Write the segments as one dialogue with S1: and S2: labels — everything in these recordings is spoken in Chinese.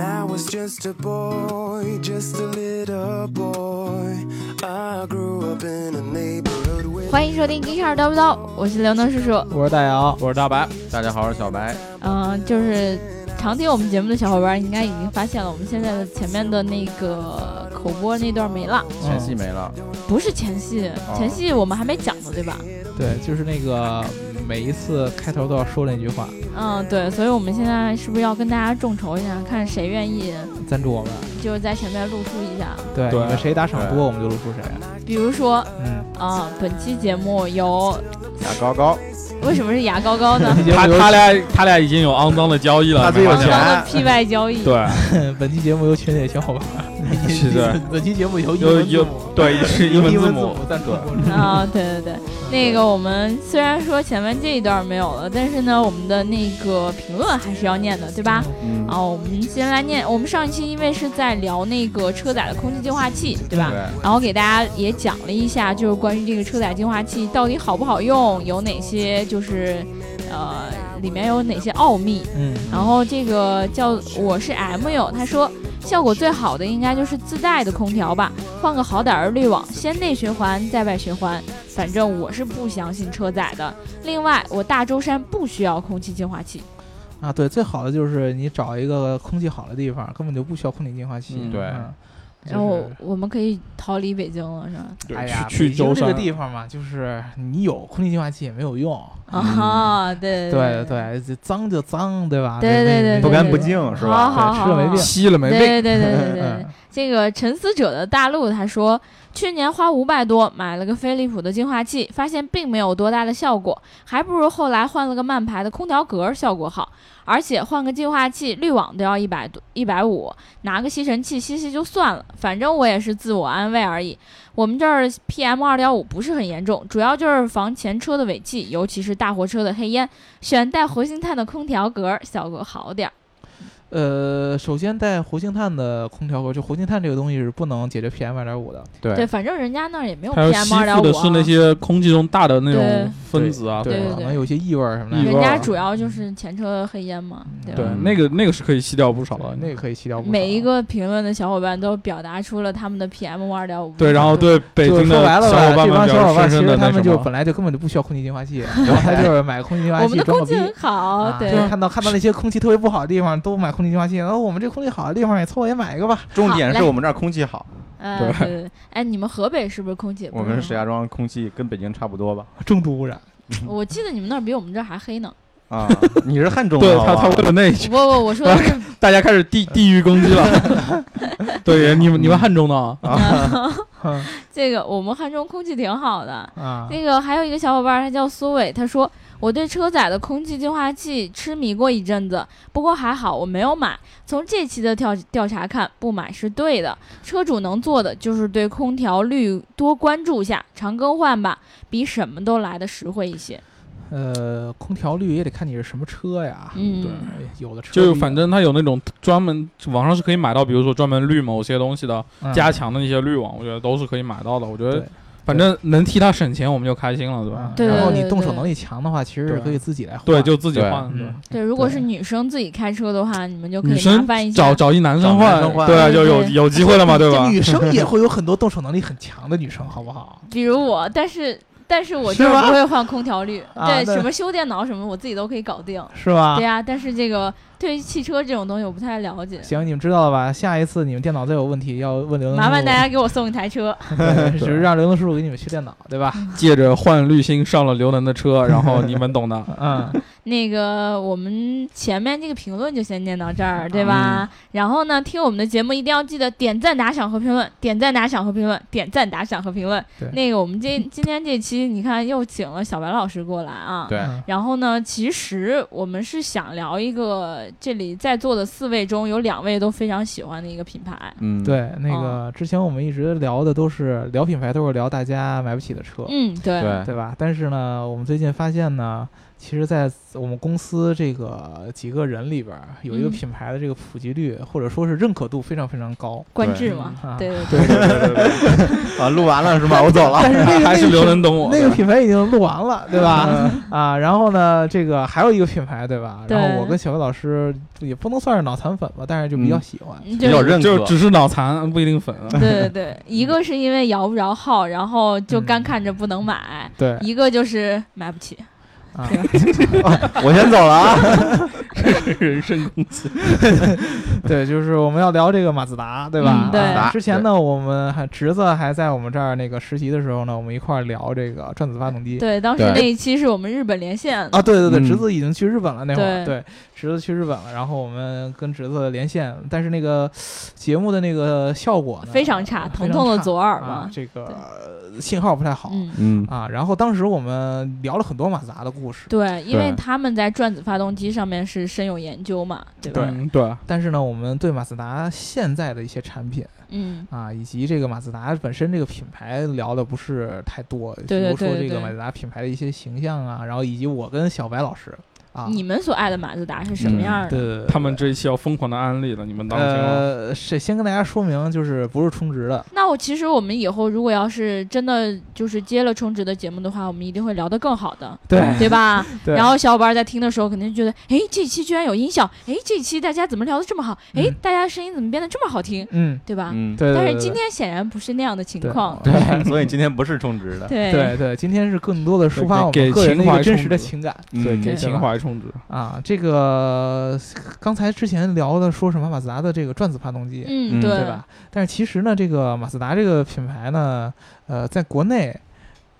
S1: I was just a boy, just a little boy. I grew up in a neighborhood with
S2: 欢迎收听《跟儿叨不叨》，我是刘能叔叔。
S3: 我是大姚，
S4: 我是大白，大家好，我是小白。
S2: 嗯、就是常听我们节目的小伙伴应该已经发现了，我们现在的前面的那个口播那段没了，
S4: 前戏没了，
S2: 不是前戏，
S3: 哦
S2: 前戏我们还没讲呢，对吧？
S3: 对，就是那个每一次开头都要说那句话，
S2: 嗯，对，所以我们现在是不是要跟大家众筹一下，看谁愿意，
S3: 赞助我们，
S2: 就是在前面露出一下？
S3: 对，
S4: 对
S3: 你们谁打赏
S4: 对
S3: 多，我们就露出谁。
S2: 比如说，
S3: 嗯，
S2: 啊、本期节目由
S4: 牙高高，
S2: 为什么是牙膏膏呢？
S3: 本期节
S4: 他
S3: 目
S4: 他俩他俩已经有肮脏的交易了，
S3: 他 最有
S4: 没发现
S2: 刚
S3: 钱
S2: 刚 PY 交易，
S4: 对
S3: 由本期节目由群里的小伙伴，
S4: 是的
S3: 本期节目由
S4: 有
S3: 英文字
S4: 有
S3: 母
S4: 对是英文
S3: 英
S4: 字
S3: 文字
S4: 母
S3: 母，赞助
S4: 对
S3: 我 们。
S2: 啊、对对对，那个我们虽然说前面这一段没有了，但是呢，我们的那个评论还是要念的，对吧？
S4: 嗯
S2: 啊，我们先来念，我们上一期因为是在聊那个车载的空气净化器，对吧？
S4: 对，
S2: 然后给大家也讲了一下，就是关于这个车载净化器到底好不好用，有哪些就是，呃，里面有哪些奥秘。
S3: 嗯，
S2: 然后这个叫我是 M 友，他说效果最好的应该就是自带的空调吧，换个好点儿的滤网，先内循环再外循环。反正我是不相信车载的。另外，我大舟山不需要空气净化器。
S3: 啊，对，最好的就是你找一个空气好的地方，根本就不需要空气净化器。
S4: 嗯对
S3: 嗯
S2: 然
S3: 就
S2: 后
S3: 是
S2: 我们可以逃离北京了，是吧？
S4: 对
S3: 哎呀，北
S4: 去去
S3: 京
S4: 舟
S3: 这
S4: 山
S3: 个地方嘛，就是你有空气净化器也没有用。
S2: 啊，对
S3: 对对，这脏就脏，对吧？
S2: 对
S3: 没
S2: 对对
S3: 没
S2: 不干不
S5: 净是
S2: 好
S5: 吧？
S2: 好好，
S3: 吃了没病
S2: 好
S5: 吸了没
S2: 对
S5: 病，
S2: 对对对对对
S3: 嗯，
S2: 这个沉思者的大陆他说，去年花五百多买了个飞利浦的净化器，发现并没有多大的效果，还不如后来换了个慢牌的空调格儿效果好。而且换个净化器，滤网都要一百多一百五拿个吸尘器吸吸就算了，反正我也是自我安慰而已。我们这儿 PM 二点五不是很严重，主要就是防前车的尾气，尤其是大货车的黑烟。选带活性炭的空调格儿效果好点儿。
S3: 呃，首先带活性炭的空调盒，就活性炭这个东西是不能解决 PM 二点五的。
S2: 对，
S4: 对，
S2: 反正人家那儿也没有
S4: 它要
S2: PM
S4: 吸
S2: 二点
S4: 附
S2: 五啊
S4: 的是那些空气中大的那
S2: 对
S4: 种分子啊，
S2: 对
S4: 对
S2: 对
S3: 可能有些异味儿什么
S4: 异
S3: 的。
S4: 味
S2: 人家
S4: 儿啊
S2: 主要就是前车黑烟嘛，对吧？
S4: 对，那个那个是可以吸掉不少
S3: 嗯
S4: 啊
S3: 对
S4: 的，
S3: 那个可以吸掉不少。
S2: 每一个评论的小伙伴都表达出了他们的 PM 二点五。
S4: 对，然后对北
S3: 嗯就
S4: 京
S3: 说
S4: 的
S3: 白了
S4: 小
S3: 吧，
S4: 伙伴
S3: 这
S4: 们
S3: 帮
S4: 表
S3: 小伙
S4: 示
S3: 伴
S4: 深
S3: 其
S4: 深
S3: 实
S4: 的
S3: 他
S4: 那
S3: 们
S4: 什
S3: 就
S4: 么，
S3: 本来就根本就不需要空气净化 器，然后他就是买空气净化
S2: 我们
S3: 器
S2: 的
S3: 装
S2: 空
S3: 个
S2: 气
S3: 逼。
S2: 很好，
S3: 啊
S2: 对
S3: 就，看到看到那些空气特别不好的地方都买空气净化器，然后我们这空气好的地方也凑合也买一个吧。
S5: 重点
S2: 好
S5: 是
S2: 来
S5: 我们这儿空气好，
S2: 嗯，
S4: 对
S2: 对对。哎，你们河北是不是空气也不
S5: 我
S2: 是很好？
S5: 们啊石家庄空气跟北京差不多吧？
S3: 重度污染，
S2: 我记得你们那儿比我们这儿还黑 呢。
S5: 啊，你是汉中
S4: 对
S5: 的，
S4: 他他
S5: 好吧
S4: 为 了那一句，
S2: 不不，我说的是，
S4: 大家开始地地域攻击了。 对，你们你们汉中的啊，
S3: 嗯
S2: 这个我们汉中空气挺好的。
S3: 啊，
S2: 那个还有一个小伙伴儿，他叫苏伟，他说我对车载的空气净化器痴迷过一阵子，不过还好我没有买。从这期的调调查看，不买是对的。车主能做的就是对空调滤多关注下，常更换吧，比什么都来的实惠一些。嗯
S3: 呃，空调滤也得看你是什么车呀。
S2: 嗯，
S3: 哎有的车
S4: 就
S3: 滤
S4: 反正它有那种专门网上是可以买到，比如说专门滤某些东西的
S3: 嗯
S4: 加强的那些滤网，我觉得都是可以买到的。我觉得
S3: 对
S4: 反正能替他省钱，我们就开心了，对吧
S3: 啊？
S2: 对
S3: 然后
S2: 对
S3: 你
S2: 对
S3: 动手
S2: 对
S3: 能力强的话，其实是
S4: 对啊
S3: 可以自己来换。
S4: 对，就自己
S5: 对
S4: 换。对
S3: 嗯，
S2: 对，如果
S3: 对
S2: 是女生自己开车的话，你们就可
S4: 女
S2: 以麻
S4: 生
S2: 烦一下
S4: 找。找一男
S5: 找
S4: 生
S5: 男生换
S4: 换，对，啊就有
S2: 嗯对
S4: 有机会了嘛，对吧
S3: 这？女生也会有很多动手能力很强的女生，好不 好？
S2: 比如我，但是但是我
S3: 是
S2: 就是
S3: 吗
S2: 不会换空调滤，
S3: 啊
S2: 对，
S3: 对
S2: 什么修电脑什么，我自己都可以搞定。
S3: 是吧
S2: 对？呀、啊但是这个对于汽车这种东西我不太了解，
S3: 行，你们知道了吧？下一次你们电脑再有问题，要问刘能
S2: 麻烦
S3: 叔
S2: 大 家给我送一台车。
S3: 对就是让刘能叔叔给你们修电脑，对吧？。
S4: 借着换滤芯上了刘能的车，然后你们懂的
S3: 嗯，
S2: 那个我们前面这个评论就先念到这儿，对吧？然后呢，听我们的节目一定要记得点赞、打赏和评论，点赞、打赏和评论，点赞、打赏和评论
S3: 对。
S2: 那个我们今今天这期你看又请了小白老师过来啊。
S5: 对
S3: 嗯
S2: 然后呢，其实我们是想聊一个这里在座的四位中有两位都非常喜欢的一个品牌。
S5: 嗯，
S3: 对，那个之前我们一直聊的都是聊品牌，都是聊大家买不起的车，
S2: 嗯，对，
S5: 对
S3: 对吧？但是呢，我们最近发现呢，其实，在我们公司这个几个人里边儿，有一个
S2: 嗯
S3: 品牌的这个普及率、或者说是认可度非常非常高。
S2: 官
S5: 对
S2: 制嘛，
S3: 啊
S2: 对对对，
S5: 对对对对，啊，录完了是吗？我走了。
S3: 但是那个
S4: 还是
S3: 那个
S4: 刘
S3: 品
S4: 能懂我。
S3: 那个品牌已经录完了，对吧？ 啊，然后呢，这个还有一个品牌，对吧？
S2: 对
S3: 然后我跟小薇老师也不能算是脑残粉吧，但是就比较
S5: 嗯
S3: 喜欢。
S2: 嗯
S5: 比较
S2: 就是
S5: 认可
S4: 就只是脑残不一定粉啊。
S2: 对对对，一个是因为摇不着号，然后就
S3: 嗯
S2: 干看着不能买，
S3: 对
S2: 一个就是买不起。
S3: 啊，
S5: 我先走了啊。
S4: 人身攻击。
S3: 对，就是我们要聊这个马自达，对吧？
S2: 嗯对
S3: 啊
S5: 马自达
S3: 之前呢，我们还侄子还在我们这儿那个实习的时候呢，我们一块儿聊这个转子发动机。
S2: 对，当时
S5: 对
S2: 那一期是我们日本连线
S3: 啊，对对对，
S5: 嗯
S3: 侄子已经去日本了那会儿，
S2: 对
S3: 对，侄子去日本了，然后我们跟侄子连线，但是那个 节目的那个效果呢呃
S2: 非常差
S3: 非
S2: 彤彤的
S3: 差
S2: 左耳嘛
S3: 啊，这个呃信号不太好
S2: 嗯。
S5: 嗯
S3: 啊。然后当时我们聊了很多马自达的故事，
S2: 对，因为
S5: 对
S2: 他们在转子发动机上面是深有研究嘛，对吧？
S4: 嗯对，
S3: 但是呢，我们对马自达现在的一些产品
S2: 嗯，
S3: 啊，以及这个马自达本身这个品牌聊的不是太多，
S2: 对对
S3: 比如
S2: 对
S3: 说
S2: 对
S3: 这个
S2: 对
S3: 马自达品牌的一些形象啊，然后以及我跟小白老师啊，
S2: 你们所爱的马自达是什么
S5: 嗯
S2: 样
S3: 对
S2: 的？
S3: 对对对
S4: 他们这一期要疯狂的安利了，你们当心了。
S3: 呃，是先跟大家说明，就是不是充值的，
S2: 那我其实我们以后如果要是真的就是接了充值的节目的话，我们一定会聊得更好的，
S3: 对
S2: 对吧？
S3: 对
S2: 然后小伙伴在听的时候肯定觉得，哎，这期居然有音效，哎，这期大家怎么聊得这么好？哎
S3: 嗯，
S2: 大家声音怎么变得这么好听，
S3: 嗯，
S2: 对吧？
S5: 嗯，
S3: 对。对
S2: 但
S3: 对
S2: 是今天显然不是那样的情况，
S3: 对
S5: 对，所以今天不是充值的。
S2: 对
S3: 对对对，今天是更多的抒发我
S4: 给
S3: 们个人的一
S4: 情怀
S3: 个真
S4: 充
S3: 实的
S4: 值
S3: 情感
S4: 对，
S5: 嗯
S4: 给
S2: 对
S4: 情怀充值。
S3: 啊。这个刚才之前聊的说什么马自达的这个转子发动机，
S2: 嗯，
S5: 嗯
S2: 对
S3: 对吧？但是其实呢，这个马自达这个品牌呢，呃，在国内，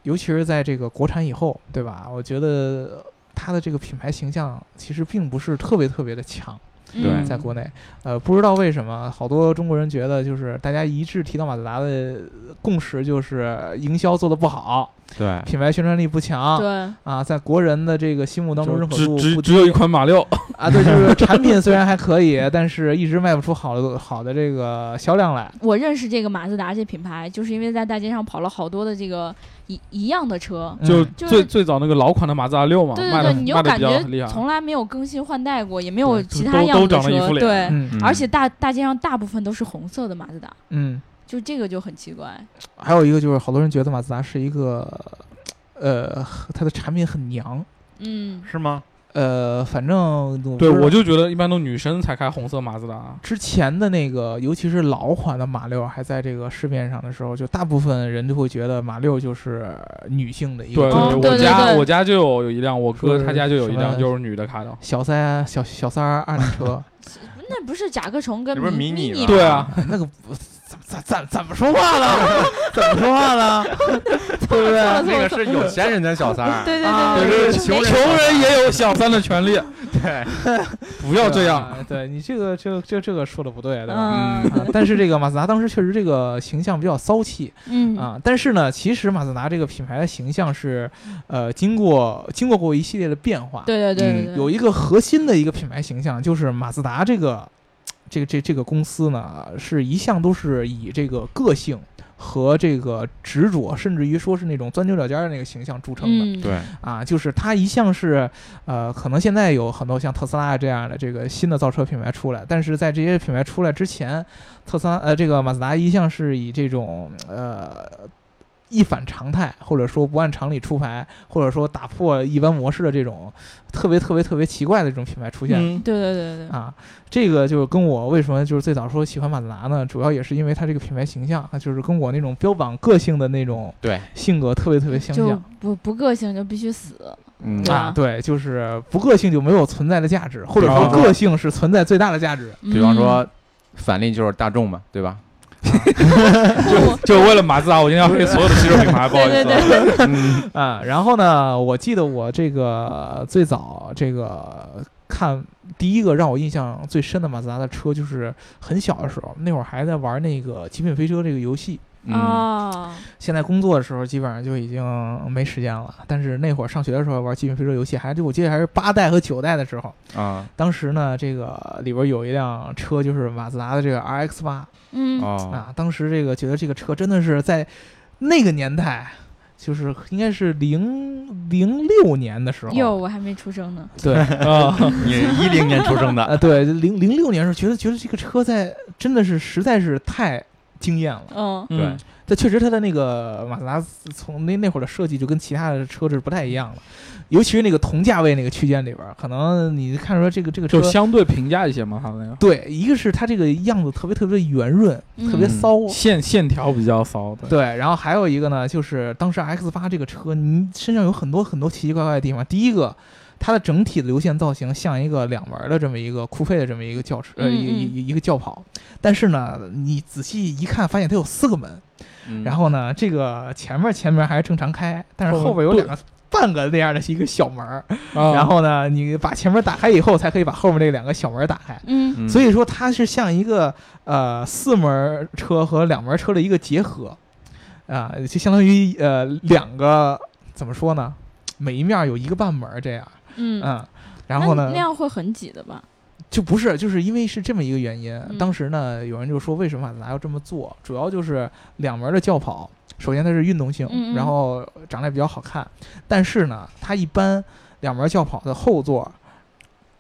S3: 尤其是在这个国产以后，对吧？我觉得它的这个品牌形象其实并不是特别特别的强，
S2: 嗯
S3: 在国内，呃，不知道为什么，好多中国人觉得就是大家一致提到马自达的共识就是营销做的不好，
S5: 对
S3: 品牌宣传力不强。
S2: 对，
S3: 啊，在国人的这个心目当中认可
S4: 只
S3: 度
S4: 只
S3: 不
S4: 只有
S3: 低
S4: 一款马六，
S3: 啊，对，就是产品虽然还可以，但是一直卖不出好的好的这个销量来。
S2: 我认识这个马自达这品牌，就是因为在大街上跑了好多的这个一一样的车。
S3: 嗯
S4: 就
S2: 就是
S4: 最最早那个老款的马自达六嘛，
S2: 对
S4: 卖
S2: 对
S4: 的
S2: 对，你就
S4: 卖的
S2: 感
S4: 比较厉
S2: 觉
S4: 害。
S2: 从来没有更新换代过，也没有
S4: 对
S2: 其
S4: 都
S2: 他
S4: 都
S2: 样子的
S4: 长得一
S2: 车，
S4: 副脸
S2: 对，
S3: 嗯
S2: 而且大大街上大部分都是红色的马自达，
S3: 嗯，
S2: 就这个就很奇怪。
S3: 还有一个就是，好多人觉得马自达是一个，呃，它的产品很娘，
S2: 嗯，
S5: 是吗？
S3: 呃，反正我
S4: 对，
S3: 不知道
S4: 我就觉得一般都女生才开红色马自达。啊
S3: 之前的那个，尤其是老款的马六还在这个市面上的时候，就大部分人就会觉得马六就是女性的一
S4: 对，
S3: 个
S2: 哦
S4: 我
S2: 对对
S4: 家
S2: 对
S4: 我家就有有一辆，我哥
S3: 是
S4: 他家就有一
S3: 什
S4: 辆，
S3: 么
S4: 就是女的开的。
S3: 小三啊小小三儿二轮车，
S2: 那不是甲壳虫跟
S5: 那不是
S2: 迷
S5: 迷你
S2: 你
S5: 吗
S4: 对啊，
S3: 那个不怎么怎怎怎么说话了？怎么说话了？对不对？
S2: 错了
S5: 那个是有钱人的小三儿。
S2: 对对
S3: 啊
S2: 对对对，
S5: 就是穷
S2: 没
S5: 人
S4: 穷人也有小三的 权利，
S5: 对，
S4: 不要这样。
S3: 啊， 对你这个这个这个这个说的不对，对吧？
S2: 嗯
S3: 啊但是这个马自达当时确实这个形象比较骚气，
S2: 嗯
S3: 啊，但是呢，其实马自达这个品牌的形象是，呃，经过经过过一系列的变化。，
S2: 对对对对，
S3: 嗯有一个核心的一个品牌形象，就是马自达这个这个这这个公司呢，是一向都是以这个个性和这个执着，甚至于说是那种钻牛角尖儿的那个形象著称的、
S2: 嗯，
S5: 对，
S3: 啊。就是它一向是，呃，可能现在有很多像特斯拉这样的这个新的造车品牌出来，但是在这些品牌出来之前，特斯拉呃这个马自达一向是以这种呃一反常态，或者说不按常理出牌，或者说打破一般模式的这种特别特别特别奇怪的这种品牌出现。
S4: 嗯，
S2: 对对对对对，
S3: 啊，这个就是跟我为什么就是最早说喜欢马自达呢，主要也是因为它这个品牌形象，它就是跟我那种标榜个性的那种
S5: 对
S3: 性格特别特别相
S2: 就
S3: 像
S2: 不不个性就必须死，
S5: 嗯
S2: 对吧
S3: 啊。对，就是不个性就没有存在的价值，或者
S4: 啊
S3: 说个性是存在最大的价值。
S2: 比
S5: 比方说，反例就是大众嘛，对吧？
S2: 不
S3: 啊
S4: 就为了马自达，我今天要黑所有的汽车品牌，不好意思啊。
S2: 对对
S5: 嗯，
S3: 啊，然后呢，我记得我这个最早这个看第一个让我印象最深的马自达的车，就是很小的时候，那会儿还在玩那个《极品飞车》这个游戏。
S5: 嗯
S2: 啊，
S3: 现在工作的时候基本上就已经没时间了，但是那会儿上学的时候玩《极品飞车》游戏，还就我记得还是八代和九代的时候，
S5: 啊
S3: 当时呢，这个里边有一辆车就是马自达的这个 RX 八
S2: 嗯，
S5: 哦
S3: 啊啊，当时这个觉得这个车真的是在那个年代。就是应该是零零六年的时候，
S2: 哟，我还没出生呢。
S3: 对，
S4: 啊，
S5: 你一零年出生的，
S3: 啊，对，零零六年的时候觉得觉得这个车在真的是实在是太惊艳了。
S2: 嗯
S5: 对
S4: 嗯
S3: 这确实它的那个马自达从那那会儿的设计就跟其他的车是不太一样了，尤其是那个同价位那个区间里边儿，可能你看出来这个这个车
S4: 就相对平价一些嘛，它那个
S3: 对，一个是它这个样子特别特别圆润，特别
S5: 嗯
S3: 骚。
S4: 线线条比较骚的，
S3: 对，然后还有一个呢，就是当时 X 八这个车，你身上有很多很多奇奇怪怪的地方。第一个，它的整体的流线造型像一个两门儿的这么一个酷配的这么一个轿车，呃，一个
S2: 嗯嗯
S3: 一一个轿跑。但是呢，你仔细一看，发现它有四个门。
S5: 嗯
S3: 然后呢，这个前面前面还是正常开，但是后边有两个半个那样的一个小门儿。
S4: 啊
S3: 然后呢，你把前面打开以后，才可以把后面那两个小门儿打开。
S2: 嗯
S5: 嗯
S3: 所以说它是像一个呃四门儿车和两门儿车的一个结合，啊、就相当于呃两个怎么说呢，每一面儿有一个半门儿这样，
S2: 嗯，
S3: 嗯，然后
S2: 那
S3: 呢
S2: 那样会很挤的吧？
S3: 就不是就是因为是这么一个原因，
S2: 嗯
S3: 当时呢有人就说为什么马自达要这么做，主要就是两门儿的轿跑。首先它是运动性，
S2: 嗯嗯
S3: 然后长得也比较好看，但是呢，它一般两门儿轿跑的后座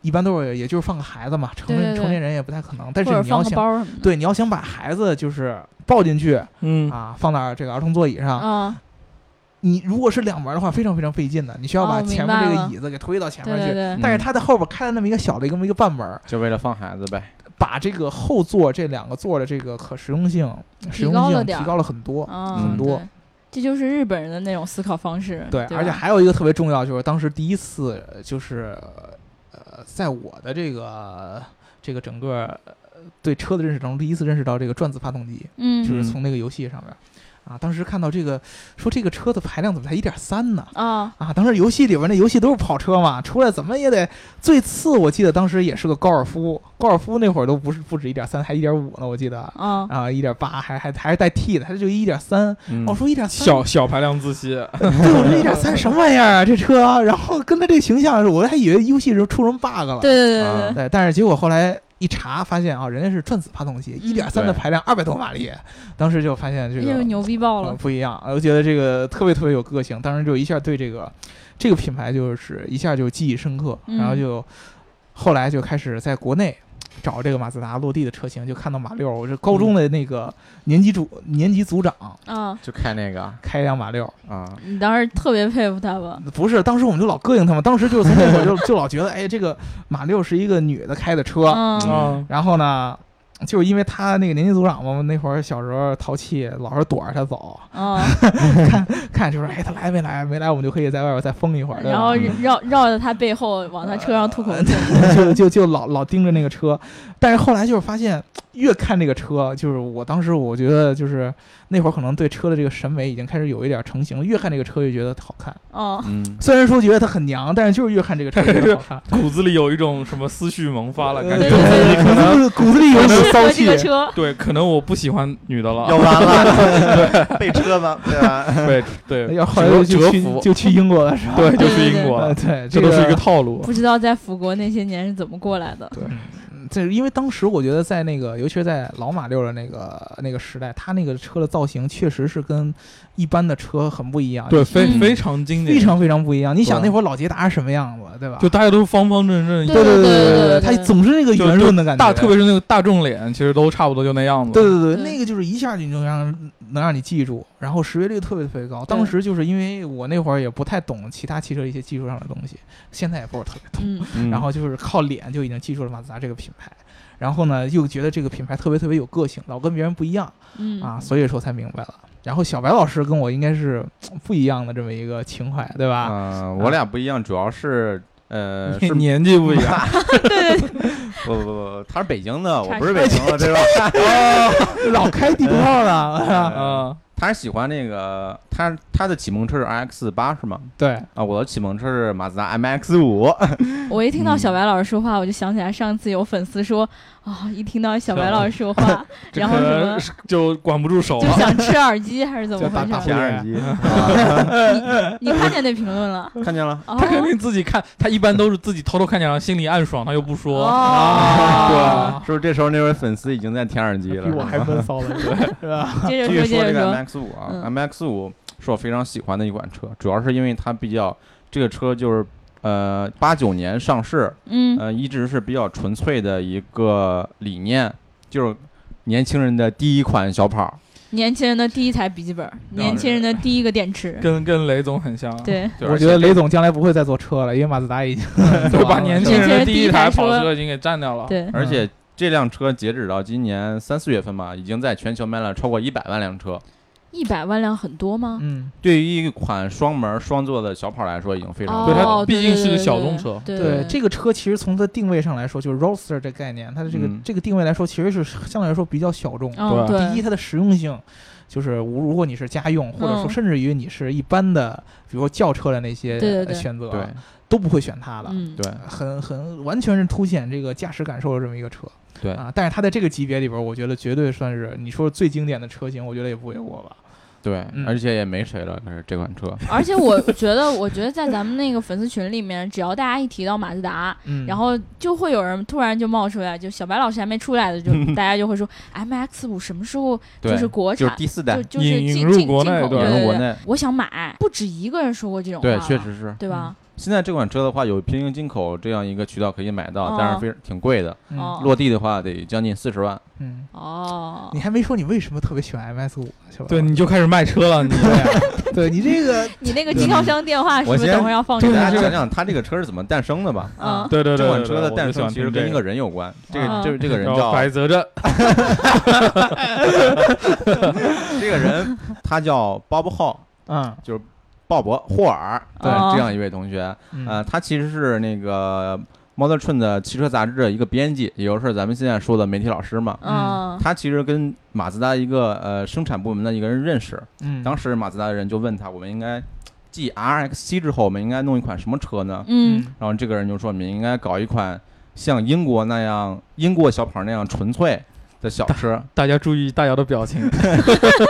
S3: 一般都是也就是放个孩子嘛，成
S2: 对对
S3: 人
S2: 对
S3: 成年人也不太可能。
S2: 或
S3: 但是
S2: 者
S3: 你要
S2: 放个
S3: 想
S2: 包什么的。
S3: 对，你要想把孩子就是抱进去
S4: 嗯
S3: 啊，放到这个儿童座椅上，
S2: 啊，
S3: 你如果是两门儿的话，非常非常费劲的，你需要
S2: 哦
S3: 把
S2: 明
S3: 前面
S2: 白
S3: 这
S2: 了
S3: 个椅子给推到前
S2: 对
S3: 面去。
S2: 对嗯对，
S3: 但是它在后边开了那么一个小的一个一个半门儿，
S5: 就为了放孩子呗，
S3: 把这个后座这两个座的这个可实用性、
S2: 提
S3: 实用
S2: 高了
S3: 性
S2: 点
S3: 提
S2: 儿
S3: 高了嗯很多。
S2: 啊，
S5: 很
S3: 多
S2: 对，这就是日本人的那种思考方式。
S3: 对，
S2: 吧
S3: 而且还有一个特别重要，就是当时第一次呃就是呃，在我的这个这个整个呃对车的认识当中，第一次认识到这个转子发动机。就
S2: 嗯
S3: 是从那个游戏上面，啊，当时看到这个，说这个车的排量怎么才一点三呢？
S2: 啊，
S3: 啊，当时游戏里边那游戏都是跑车嘛，出来怎么也得最次，我记得当时也是个高尔夫，高尔夫那会儿都不是不止一点三，还一点五呢，我记得
S2: 啊，
S3: 啊，一点八还还还是带 T 的，它就一点三，哦
S5: 嗯
S3: 我说一点三，
S4: 小小排量自吸，
S3: 对，我说一点三什么玩意儿啊这车，然后跟它这形象，我还以为游戏时候出什么 bug 了，
S2: 对对对
S5: 啊
S2: 对对，
S3: 对，但是结果后来一查发现啊，人家是转子发动机，一点三的
S5: 对
S3: 排量，二百多马力，当时就发现这
S2: 哎呦
S3: 个。
S2: 牛逼爆
S3: 呃
S2: 了，
S3: 不一样，呃我觉得这个特别特别有个性，当时就一下对这个这个品牌就是一下就记忆深刻，
S2: 嗯
S3: 然后就后来就开始在国内找这个马自达落地的车型，就看到马六，我这高中的那个年级组、年级组长
S2: 啊！
S5: 就开那个啊
S3: 开一辆马六，
S5: 啊，
S2: 你当时特别佩服他 吧？
S3: 不是，当时我们就老膈应他们，当时就是从那会儿就就老觉得，哎，这个马六是一个女的开的车，
S2: 嗯
S4: 啊，
S3: 然后呢，就是因为他那个年级组长嘛，那会儿小时候淘气，老是躲着他走，
S2: 嗯，
S3: 看就是哎他来没来，没来我们就可以在外边再疯一会儿，对吧
S2: 然后
S5: 嗯
S2: 绕绕着他背后往他车上吐
S3: 嗯
S2: 口 水，
S3: 就就就老老盯着那个车，但是后来就是发现，越看这个车，就是我当时我觉得就是那会儿可能对车的这个审美已经开始有一点成型了，越看这个车越觉得好看，
S2: 嗯，
S5: 嗯，
S3: 虽然说觉得它很娘，但是就是越看这个车越觉得 好看。
S4: 骨子里有一种什么思绪萌发了感
S2: 对
S4: 觉
S2: 对。对
S3: 骨子呃 骨子里有
S2: 适
S3: 股骚
S2: 合这
S3: 气
S2: 个，车，
S4: 对，可能我不喜欢女的 了。
S5: 完了，被车吧，对吧？
S4: 对对
S3: 要后来就
S5: 折
S3: 去
S5: 服
S3: 就去英 国了是吧？
S4: 哎对，就去英国
S3: 呃
S4: 了，
S3: 对，
S4: 这
S3: 个
S4: 都是一个套路。
S2: 不知道在辅国那些年是怎么过来的。
S3: 这因为当时我觉得在那个，尤其是在老马六的那个那个时代，它那个车的造型确实是跟一般的车很不一样，
S4: 对，非
S2: 嗯
S4: 非常经典，
S3: 非常非常不一样。你想
S4: 对啊
S3: 那会儿老捷达是什么样子，对吧？
S4: 就大家都方方正正，
S3: 对
S2: 对
S3: 对
S2: 对对
S3: 它总是那个
S4: 就
S3: 圆润的感觉，
S4: 大特别是那个大众脸，其实都差不多就那样子。
S3: 对对
S2: 对
S3: 对，那个就是一下就能让能让你记住，然后识别率特别特别高。当时就是因为我那会儿也不太懂其他汽车一些技术上的东西，现在也不是特别懂。
S2: 嗯，
S3: 然后就是靠脸就已经记住了马自达这个品牌，然后呢又觉得这个品牌特别特别有个性，老跟别人不一样
S2: 嗯
S3: 啊，所以说才明白了。然后小白老师跟我应该是嗯不一样的这么一个情怀，对吧？
S5: 啊，我俩不一样，主要是 呃，
S4: 你
S5: 是
S4: 年纪不一样，
S5: 不不不，他是北京的，我
S2: 差
S5: 不是北京的，对吧？
S3: 老开地图炮 呢，
S4: 啊，
S5: 他是喜欢那个，他他的启蒙车是 RX 八是吗？
S3: 对，
S5: 啊，我的启蒙车是马自达 MX 五，
S2: 我一听
S4: 嗯
S2: 到小白老师说话，我就想起来上次有粉丝说啊、一听到小白老师说话，
S4: 这
S2: 然后
S4: 可
S2: 什
S4: 能
S2: 么
S4: 是就管不住手啊
S2: 就
S4: 了。
S2: 想吃耳机还是怎么
S3: 就打
S2: 回
S3: 打
S2: 事？
S5: 显耳机， 啊
S2: 你看见那评论了？
S5: 看见了，
S2: 哦
S4: 他肯定自己看，他一般都是自己偷偷看见，然后心里暗爽，他又不说。啊
S2: 哦，
S5: 啊是不是？这时候那位粉丝已经在舔耳机
S3: 比
S5: 了，
S3: 我还闷骚了，是吧？
S2: 接着
S5: 继续
S2: 说，接着
S5: 这个
S2: 说，
S5: MX 五啊
S2: 嗯
S5: ，MX 五是我非常喜欢的一款车，主要是因为它比较这个车就是呃八九年上市，
S2: 嗯，
S5: 呃一直是比较纯粹的一个理念，就是年轻人的第一款小跑。
S2: 年轻人的第一台笔记本，年轻人的第一个电池，
S4: 跟跟雷总很像，，
S2: 对，
S5: 对
S3: 我觉得雷总将来不会再做车了，因为马自达 已经
S4: 就把年轻人的第一台跑
S2: 年轻人第一台
S4: 车已经给占掉了。，
S2: 对，
S5: 而且这辆车截止到今年三四月份吧，已经在全球卖了超过一百万辆车。
S2: 一百万辆很多吗？
S3: 嗯，
S5: 对于一款双门双座的小跑来说，已经非常
S4: 对
S5: 多了
S4: 它
S2: 哦，
S4: 毕竟是
S2: 对
S4: 个小众车
S2: 对
S3: 对这
S2: 个
S3: 个车其实从它定位上来说，就是 roadster 这概念，它的这个
S5: 嗯
S3: 这个定位来说，其实是相对来说比较小众。
S2: 嗯
S4: 对
S3: 第一，它的实用性，就是无如果你是家用，或者说
S2: 嗯
S3: 甚至于你是一般的，比如说轿车的那些
S2: 对对
S3: 呃
S2: 对
S3: 选择，
S5: 对
S3: 都不会选它了。呃
S2: 嗯，
S5: 对
S3: 很很完全是凸显这个驾驶感受的这么一个车，
S5: 对
S3: 啊，但是它在这个级别里边儿，我觉得绝对算是你说最经典的车型，我觉得也不为过吧。
S5: 对
S3: 嗯，
S5: 而且也没谁了，可是这款车。
S2: 而且我觉得，我觉得在咱们那个粉丝群里面，只要大家一提到马自达，
S3: 嗯
S2: 然后就会有人突然就冒出来，就小白老师还没出来的， 就大家就会说 M X 五什么时候
S5: 对，
S2: 是国
S5: 就是
S2: 产，
S5: 第四代
S2: 就，就是
S4: 引
S2: 进
S4: 引入
S2: 进
S4: 国内
S2: 进口
S4: 对
S2: 对
S5: 引入国
S2: 对
S5: 内
S2: 我想买，不止一个人说过这种话
S5: 对，
S2: 了，
S5: 确实是。
S2: 对吧？
S5: 现在这款车的话，有平行进口这样一个渠道可以买
S2: 哦
S5: 到，但是非常挺贵的，
S3: 嗯
S2: 哦
S5: 落地的话得将近四十万。
S3: 嗯，
S2: 哦
S3: 你，还没说你为什么特别喜欢 MS 五，小宝
S4: 对， 你就开始卖车了，你
S3: 对你这个
S2: 你那个经销商电话是不
S5: 我
S2: 哦是
S5: 先
S2: 等会儿要放
S5: 给
S2: 出
S5: 大
S2: 来
S5: 家讲
S2: 的？
S5: 讲它这个车是怎么诞生的吧。
S3: 啊
S2: 嗯，
S4: 对对对，
S5: 这款
S4: 对
S5: 车的诞生其实跟一个，人有关，这个
S2: 啊
S5: 这 这个人
S4: 我就喜欢听这叫
S5: 叫
S4: 白泽镇，，
S5: 这个人，他叫鲍勃浩，
S3: 嗯
S5: 就是鲍勃霍尔，对
S2: 哦
S5: 这样一位同学，呃，
S3: 嗯
S5: 他其实是那个 Model Train 的汽车杂志的一个编辑，也就是咱们现在说的媒体老师嘛。
S2: 嗯，
S5: 他其实跟马自达一个呃生产部门的一个人认识，
S3: 嗯，
S5: 当时马自达的人就问他，我们应该继 RX 7之后，我们应该弄一款什么车呢？
S2: 嗯
S5: 然后这个人就说，我们应该搞一款像英国那样英国小跑那样纯粹的小 车
S4: 大家注意大姚的 表情。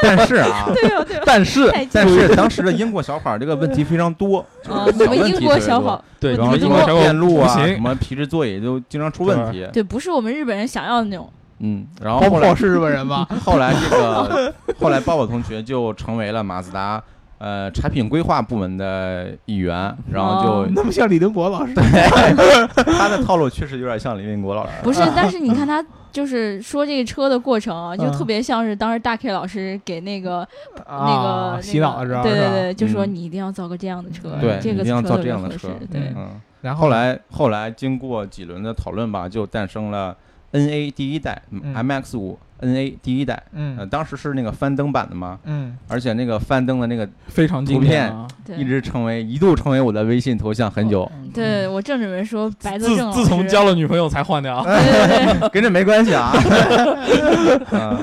S5: 但是啊。
S2: 对哦对哦，
S4: 但是
S2: 太
S5: 但是当时的英国小跑这个问题非常多，
S2: 啊，
S5: 就
S2: 你
S5: 是小问
S2: 们
S5: 题
S2: 英国
S5: 特别
S2: 小
S5: 多
S2: 跑，
S4: 对，
S5: 然
S2: 你
S5: 后
S2: 们
S5: 英
S2: 中
S5: 国
S2: 国
S5: 电路啊，
S4: 不行
S5: 什么皮质座椅都经常出问题。
S2: 对，不是我们日本人想要的那种，
S5: 嗯，然后
S3: 包
S5: 后
S3: 括
S5: 来
S3: 是日本人吧？
S5: 后来这个 后来鲍勃同学就成为了马自达呃产品规划部门的一员，然后就
S3: 那么像李登国老师，
S5: 他的套路确实有点像李定国老师。
S2: 不是，但是 你看他就是说这个车的过程啊，就
S3: 嗯
S2: 特别像是当时大 K 老师给那个那
S3: 啊
S2: 个
S3: 洗脑的时候，
S2: 对对
S3: 是吧，
S2: 对，就说
S5: 嗯
S2: 你一定要造个这样的车，
S5: 对
S2: 这
S5: 你
S2: 个
S5: 一定要
S2: 车
S5: 造
S2: 特
S5: 这
S2: 别
S5: 样的
S2: 合适
S5: 车
S2: 对，
S5: 嗯，
S3: 然后
S5: 后来后来经过几轮的讨论吧，就诞生了 NA 第一代
S3: 嗯
S5: MX 五 NA 第一代，呃，
S3: 嗯
S5: 当时是那个翻灯版的嘛，
S3: 嗯
S5: 而且那个翻灯的那个
S4: 非常经典啊。
S2: 对
S5: 一直成为一度成为我的微信头像很久，
S3: 哦
S2: 嗯对我正准备说白泽
S4: 自
S2: 正老
S4: 自从
S2: 师
S4: 交了女朋友才换的啊。
S2: 对对对，
S5: 跟这没关系啊。嗯，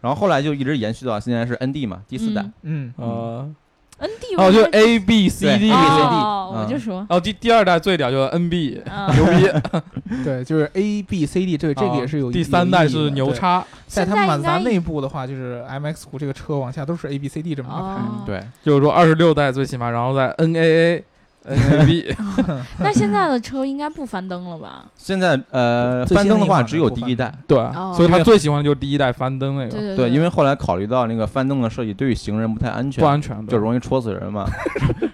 S5: 然后后来就一直延续到现在是 ND 嘛， 第四代。
S2: 嗯
S3: 嗯
S4: 呃，
S2: N D
S4: 哦，就 A B C
S5: 对 A B C
S4: D，
S5: D
S2: 哦，我
S5: 嗯
S2: 就 说，
S4: 哦，第第二代最屌就是 N B，
S2: 嗯，
S4: 牛逼。
S3: 嗯对，就是 A B C D 这这个也是有
S4: 第三代是牛
S3: 叉。对
S4: 叉，
S3: 在
S2: 现
S3: 他们马
S2: 在
S3: 自
S2: 应
S3: 达
S2: 该
S3: 内部的话，就是 MX 五这个车往下都是 A B C D 这么个排。
S2: 哦，
S5: 对，
S4: 就是说二十六代最起码，然后再 NAA、NAB，
S2: 哦那现在的车应该不翻灯了吧？
S5: 现在呃
S3: 最
S5: 翻
S3: 新的
S5: 灯的
S3: 一
S5: 话
S3: 款
S5: 只
S3: 的
S5: 有
S3: 不
S5: 第
S3: 翻
S5: 一代
S3: 灯，
S4: 对
S2: 哦，
S4: 所以他最喜欢就是第一代翻灯那个，
S2: 对
S5: 对，
S2: 对，
S5: 因为后来考虑到那个翻灯的设计对于行人不太安
S4: 不
S5: 全，
S4: 安全，
S5: 就容易戳死人嘛。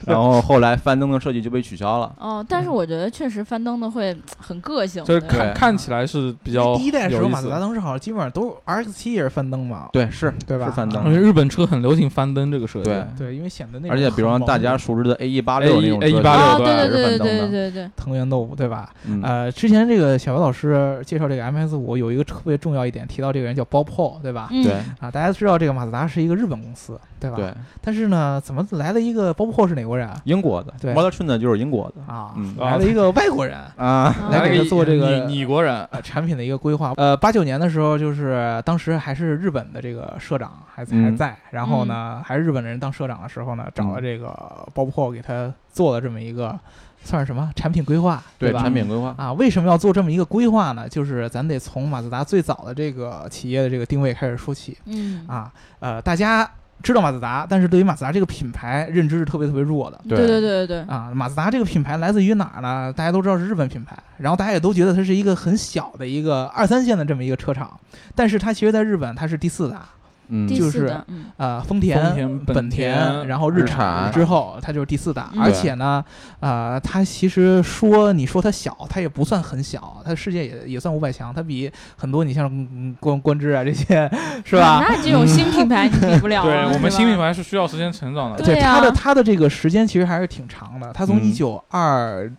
S5: 然后后来翻灯的设计就被取消了。
S2: 哦，但是我觉得确实翻灯的会很个性，哦
S4: 就是
S2: 对
S4: 看
S5: 嗯对
S4: 看起来是比较
S3: 第一代的时候，
S4: 有意
S3: 马自
S4: 思
S3: 达当时好像基本上都 RX 七也是翻灯嘛，
S5: 对，是
S3: 对吧？
S5: 是翻
S4: 因
S5: 灯
S4: 为日本车很流行翻灯这个设计，
S5: 对
S3: 对，因为显得那
S5: 而且比如说大家熟知的 A 一八六
S4: A1-
S5: 那种车型
S4: A186
S2: 哦，
S4: 对
S2: 对
S5: 是
S2: 对
S5: 翻
S2: 对
S5: 灯
S2: 对
S5: 的
S2: 对对
S3: 藤原豆腐对吧？
S5: 嗯
S3: 呃，之前这个小白老师介绍这个 MS 五有一个特别重要一点，提到这个人叫包破对吧？
S2: 对，
S5: 对
S3: 啊，大家知道这个马自达是一个日本公司对吧？
S5: 对，
S3: 但是呢，怎么来了一个包破是哪国人啊
S5: 英国的
S3: 对
S5: Model Train 呢就是英国的
S3: 啊？
S5: 嗯
S3: 来了一个外国人。
S5: 啊。
S2: 嗯
S3: 来
S4: 那
S3: 给
S4: 个啊
S3: 他做这个
S4: 女女国人，
S3: 呃产品的一个规划。呃，八九年的时候，就是当时还是日本的这个社长还在还
S5: 嗯
S3: 在，然后呢，还是日本人当社长的时候呢，找了这个包括给他做了这么一个算是什么产品规划，
S5: 对
S3: 吧？
S5: 产品规划，
S3: 啊，为什么要做这么一个规划呢？就是咱得从马自达最早的这个企业的这个定位开始说起
S2: 嗯，
S3: 啊。呃，大家知道马自达，但是对于马自达这个品牌认知是特别特别弱的。
S2: 对对对对，
S3: 啊，马自达这个品牌来自于哪儿呢？大家都知道是日本品牌，然后大家也都觉得它是一个很小的一个二三线的这么一个车厂，但是它其实在日本它是第四大，
S5: 嗯
S2: 第
S3: 就
S2: 四
S3: 是
S2: 的，嗯，
S3: 呃，丰田、
S4: 田、
S3: 本
S4: 田，
S3: 然后
S5: 日
S3: 日
S5: 产
S3: 之后，它就是第四大。
S2: 嗯
S3: 而
S5: 对
S3: 且呢，呃，它其实说你说它小，它也不算很小，它世界也也算五百强，它比很多你像嗯嗯光光之啊这些是吧？嗯
S2: 那这种新品牌你比不了 啊、
S4: 对我们
S2: 是吧
S4: 新品牌是需要时间成长的。
S2: 对
S3: 它的
S2: 啊
S3: 它的这个时间其实还是挺长的，它从
S5: 嗯
S3: 一九二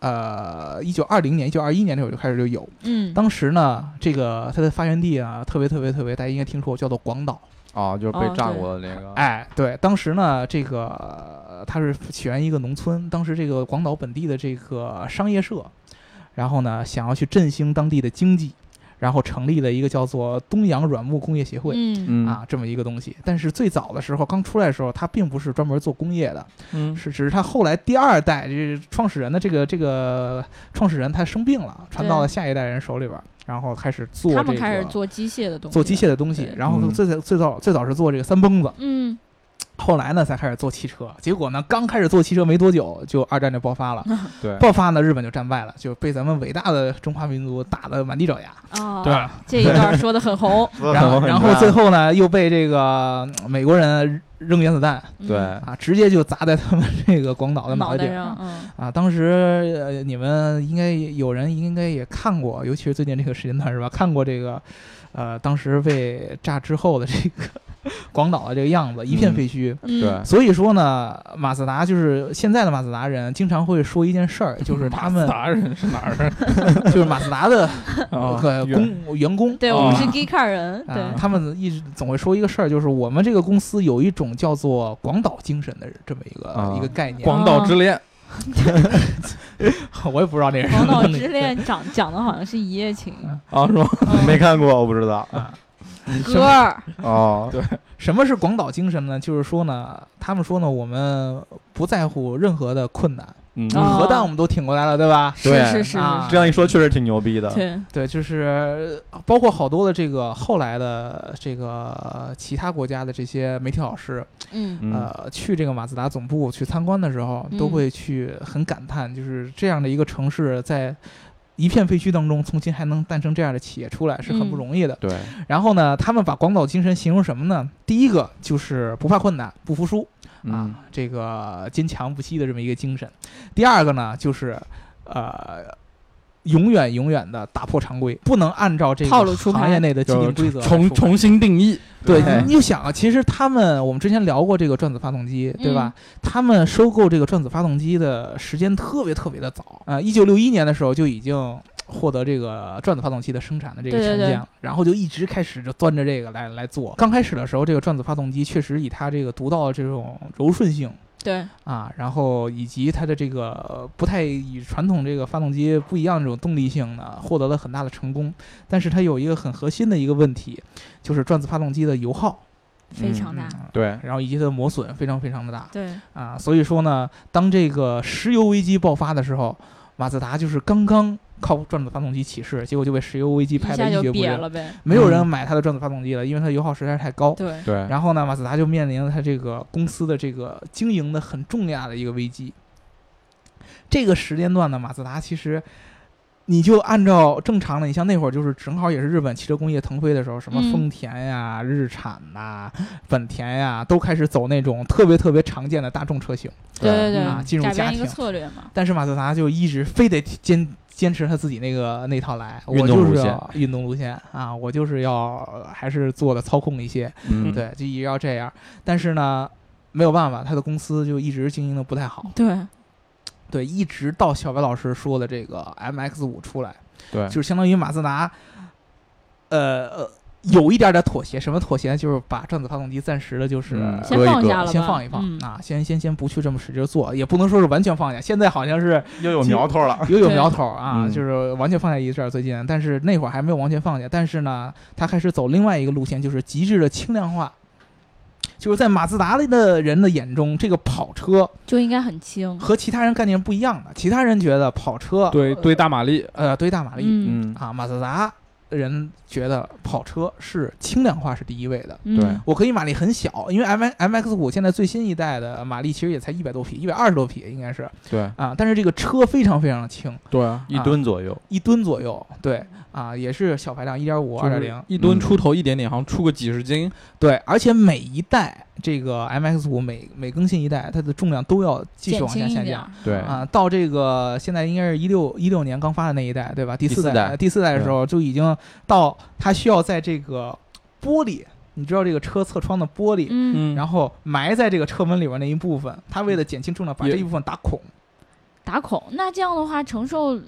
S3: 呃一九二零年、一九二一年那会儿就开始就有。
S2: 嗯，
S3: 当时呢，这个它的发源地啊，特别特别特别，大家应该听说过，叫做广岛。
S5: 哦，就是
S2: 哦
S5: 被炸过的那个，
S3: 哎，对，当时呢，这个呃它是起源于一个农村，当时这个广岛本地的这个商业社，然后呢，想要去振兴当地的经济，然后成立了一个叫做东洋软木工业协会。
S2: 嗯
S5: 嗯
S3: 啊，这么一个东西，但是最早的时候，刚出来的时候，它并不是专门做工业的，
S4: 嗯，
S3: 是只是它后来第二代这创始人的这个这个创始人他生病了，传到了
S2: 对
S3: 下一代人手里边儿，然后开始做、这
S2: 他
S3: 个、
S2: 们开始做机械的东西，
S3: 做机械，的东西
S2: 对，
S3: 然后
S5: 嗯
S3: 最早最早最早是做这个三蹦子，
S2: 嗯，
S3: 后来呢才开始做汽车，结果呢刚开始做汽车没多久，就二战就爆发了，
S2: 嗯
S5: 对，
S3: 爆发呢日本就战败了，就被咱们伟大的中华民族打得满地找牙。
S2: 哦，
S3: 啊
S4: 对，
S2: 这一段说的很 红，
S3: 然后，
S5: 很
S3: 然后
S5: 大
S3: 最后呢，又被这个嗯美国人扔原子弹
S2: 嗯
S5: 对，
S3: 啊，直接就砸在他们这个广岛的
S2: 脑
S3: 脑
S2: 袋
S3: 袋顶上
S2: 上，嗯，
S3: 啊。当时呃，你们应该也有人应该也看过，尤其是最近这个时间段是吧？看过这个，呃，当时被炸之后的这个广岛的这个样子，一片
S5: 嗯
S3: 废墟。
S2: 嗯
S5: 对，
S3: 所以说呢，马自达就是现在的马自达人经常会说一件事儿，就是他们
S4: 达人 是哪儿？
S3: 就是马自达的
S4: 啊
S3: 呃
S4: 原
S3: 工员工，
S2: 对，我们
S4: 哦
S2: 是 geek car 人，对，
S3: 啊，他们一直总会说一个事儿，就是我们这个公司有一种叫做广岛精神的这么一个、
S5: 啊
S3: 一个概念，啊
S4: 广岛之
S3: 哦
S4: 恋，
S3: 我也不知道那是什
S2: 广
S3: 么
S2: 岛
S3: 东西
S2: 之恋讲讲的好像是一夜情，
S5: 哦
S4: 啊，是吗？
S2: 嗯
S6: 没看过，我不知道。
S3: 嗯
S2: 歌儿，
S6: 哦，
S3: 什么是广岛精神呢？就是说呢，他们说呢，我们不在乎任何的困难，
S6: 嗯，
S2: 哦
S3: 核弹我们都挺过来了，对吧？
S2: 是
S6: 对
S2: 是是是
S3: 啊
S2: 是，
S6: 这样一说确实挺牛逼的。
S2: 对，嗯
S3: 对，就是呃包括好多的这个后来的这个其他国家的这些媒体老师，
S2: 嗯
S5: 嗯，
S3: 呃，去这个马自达总部去参观的时候，都
S2: 嗯
S3: 会去很感叹，就是这样的一个城市在。一片废墟当中，重新还能诞生这样的企业出来，是很不
S2: 嗯
S3: 容易的。
S5: 对，
S3: 然后呢，他们把广岛精神形容什么呢？第一个就是不怕困难，不服输啊
S5: 嗯，
S3: 这个坚强不息的这么一个精神。第二个呢，就是呃，永远永远的打破常规，不能按照这个
S2: 套路出牌
S3: 行业内的既定规则来
S4: 重
S3: 出牌
S4: 重新定义，
S3: 对，
S5: 对
S3: 你你就想啊，其实他们我们之前聊过这个转子发动机，对
S2: 嗯
S3: 吧？他们收购这个转子发动机的时间特别特别的早，呃，一九六一年的时候就已经获得这个转子发动机的生产的这个
S2: 对
S3: 权
S2: 对
S3: 限
S2: 对
S3: 了，然后就一直开始就端着这个来来做。刚开始的时候，这个转子发动机确实以它这个独到的这种柔顺性。
S2: 对，
S3: 啊，然后以及它的这个呃不太与传统这个发动机不一样的这种动力性呢，获得了很大的成功。但是它有一个很核心的一个问题，就是转子发动机的油耗
S2: 非常大，
S3: 嗯
S5: 对，
S3: 然后以及它的磨损非常非常的大
S2: 对，
S3: 啊。所以说呢，当这个石油危机爆发的时候，马自达就是刚刚靠转子发动机起势，结果就被石油危机
S2: 一
S3: 拍得
S2: 下
S3: 一
S2: 就
S3: 蹶不
S2: 瘪
S3: 振，
S2: 了呗，
S3: 没有人买它的转子发动机了，因为它油耗实在是太高。
S2: 对，
S5: 对，
S3: 然后呢，马自达就面临了它这个公司的这个经营的很重要的一个危机。这个时间段呢，马自达其实你就按照正常的，你像那会儿就是正好也是日本汽车工业腾飞的时候，什么
S2: 嗯
S3: 丰田呀、日产呐、本田呀，都开始走那种特别特别常见的大众车型。
S2: 对对对，
S3: 啊进入
S2: 改
S3: 家
S2: 变一个
S3: 庭
S2: 策略嘛，
S3: 但是马自达就一直非得坚坚持他自己那个那套来，我
S5: 运动
S3: 就
S5: 路
S3: 是
S5: 线
S3: 要运动路线啊，我就是要还是做的操控一些。
S5: 嗯，
S3: 对，就一直要这样。但是呢，没有办法，他的公司就一直经营的不太
S5: 嗯
S3: 好。
S2: 对，
S3: 对，一直到小白老师说的这个 MX 五出来，
S5: 对，
S3: 就是相当于马自达，呃呃，有一点点妥协。什么妥协呢？就是把转子发动机暂时的，就是。
S5: 嗯
S2: 先
S5: 搁一
S2: 放
S5: 搁
S2: 下了吧，
S3: 先放一放、
S2: 嗯
S3: 啊，先先先不去这么使劲做，也不能说是完全放下。现在好像是
S6: 又有苗头了。
S3: 有有
S2: 对
S3: 苗头啊，
S5: 嗯
S3: 就是完全放下一阵儿最近，但是那会儿还没有完全放下。但是呢，他开始走另外一个路线，就是极致的轻量化。就是在马自达的人的眼中，这个跑车
S2: 就应该很轻，
S3: 和其他人概念不一样的。其他人觉得跑车
S4: 对对，大马力，
S3: 呃，堆大马力、
S2: 嗯，
S5: 嗯，
S3: 啊，马自达人觉得跑车是轻量化是第一位的。
S2: 嗯
S6: 对
S3: 我可以马力很小，因为 M M X 五现在最新一代的马力其实也才一百多匹，一百二十多匹应该是
S5: 对
S3: 啊，但是这个车非常非常的轻，
S4: 对啊，
S5: 一吨左右，
S3: 一吨左右，对啊，也是小排量一点五、二点
S4: 就是
S3: 零，
S4: 一吨出头一点点，好像出个几十斤。
S3: 对，而且每一代这个 M X 五每每更新一代，它的重量都要继续
S2: 减
S3: 往
S2: 轻
S3: 下
S2: 一
S3: 下
S2: 点
S3: 降
S2: 儿。。
S5: 对
S3: 啊，到这个现在应该是一六一六年刚发的那一代，对吧？第
S5: 第
S3: 四
S5: 四
S3: 代，
S5: 代
S3: 呃第四代的时候就已经到它需要在这个玻璃，你知道这个车侧窗的玻璃，
S2: 嗯，
S4: 嗯，
S3: 然后埋在这个车门里边那一部分，它为了减轻重量，把
S4: 也
S3: 这一部分打孔。
S2: 打孔。那这样的话，承受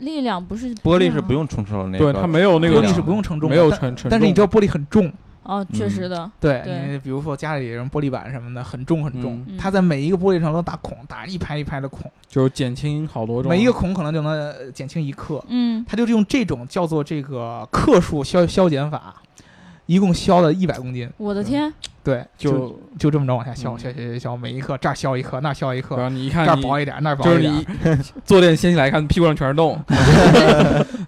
S2: 力量不是
S5: 玻璃是
S2: 吗
S5: 不用承受那
S4: 对
S5: 个，
S4: 它没有那个
S3: 玻璃
S5: 量
S3: 是不用承重的，
S4: 没有
S3: 但
S4: 沉沉重，
S3: 但是你知道玻璃很重，
S2: 哦，确实的。
S3: 对
S2: 对
S3: 你比如说家里人玻璃板什么的很重很重，
S2: 嗯
S3: 它在每一个玻璃上都打孔，打一排一排的孔，
S4: 就是减轻好多种，
S3: 每一个孔可能就能呃减轻一克。
S2: 嗯，
S3: 他就是用这种叫做这个克数消消减法，一共消了一百公斤，
S2: 我的天，
S3: 对，就
S4: 就
S3: 就这么着往下消，
S4: 嗯
S3: 消消消消，每一克这儿消一克，那儿消一
S4: 然
S3: 克，
S4: 后你一
S3: 这
S4: 看
S3: 儿
S4: 你
S3: 薄一点，那儿薄
S4: 就是
S3: 一点，
S4: 你坐垫掀起来看，屁股上全是洞。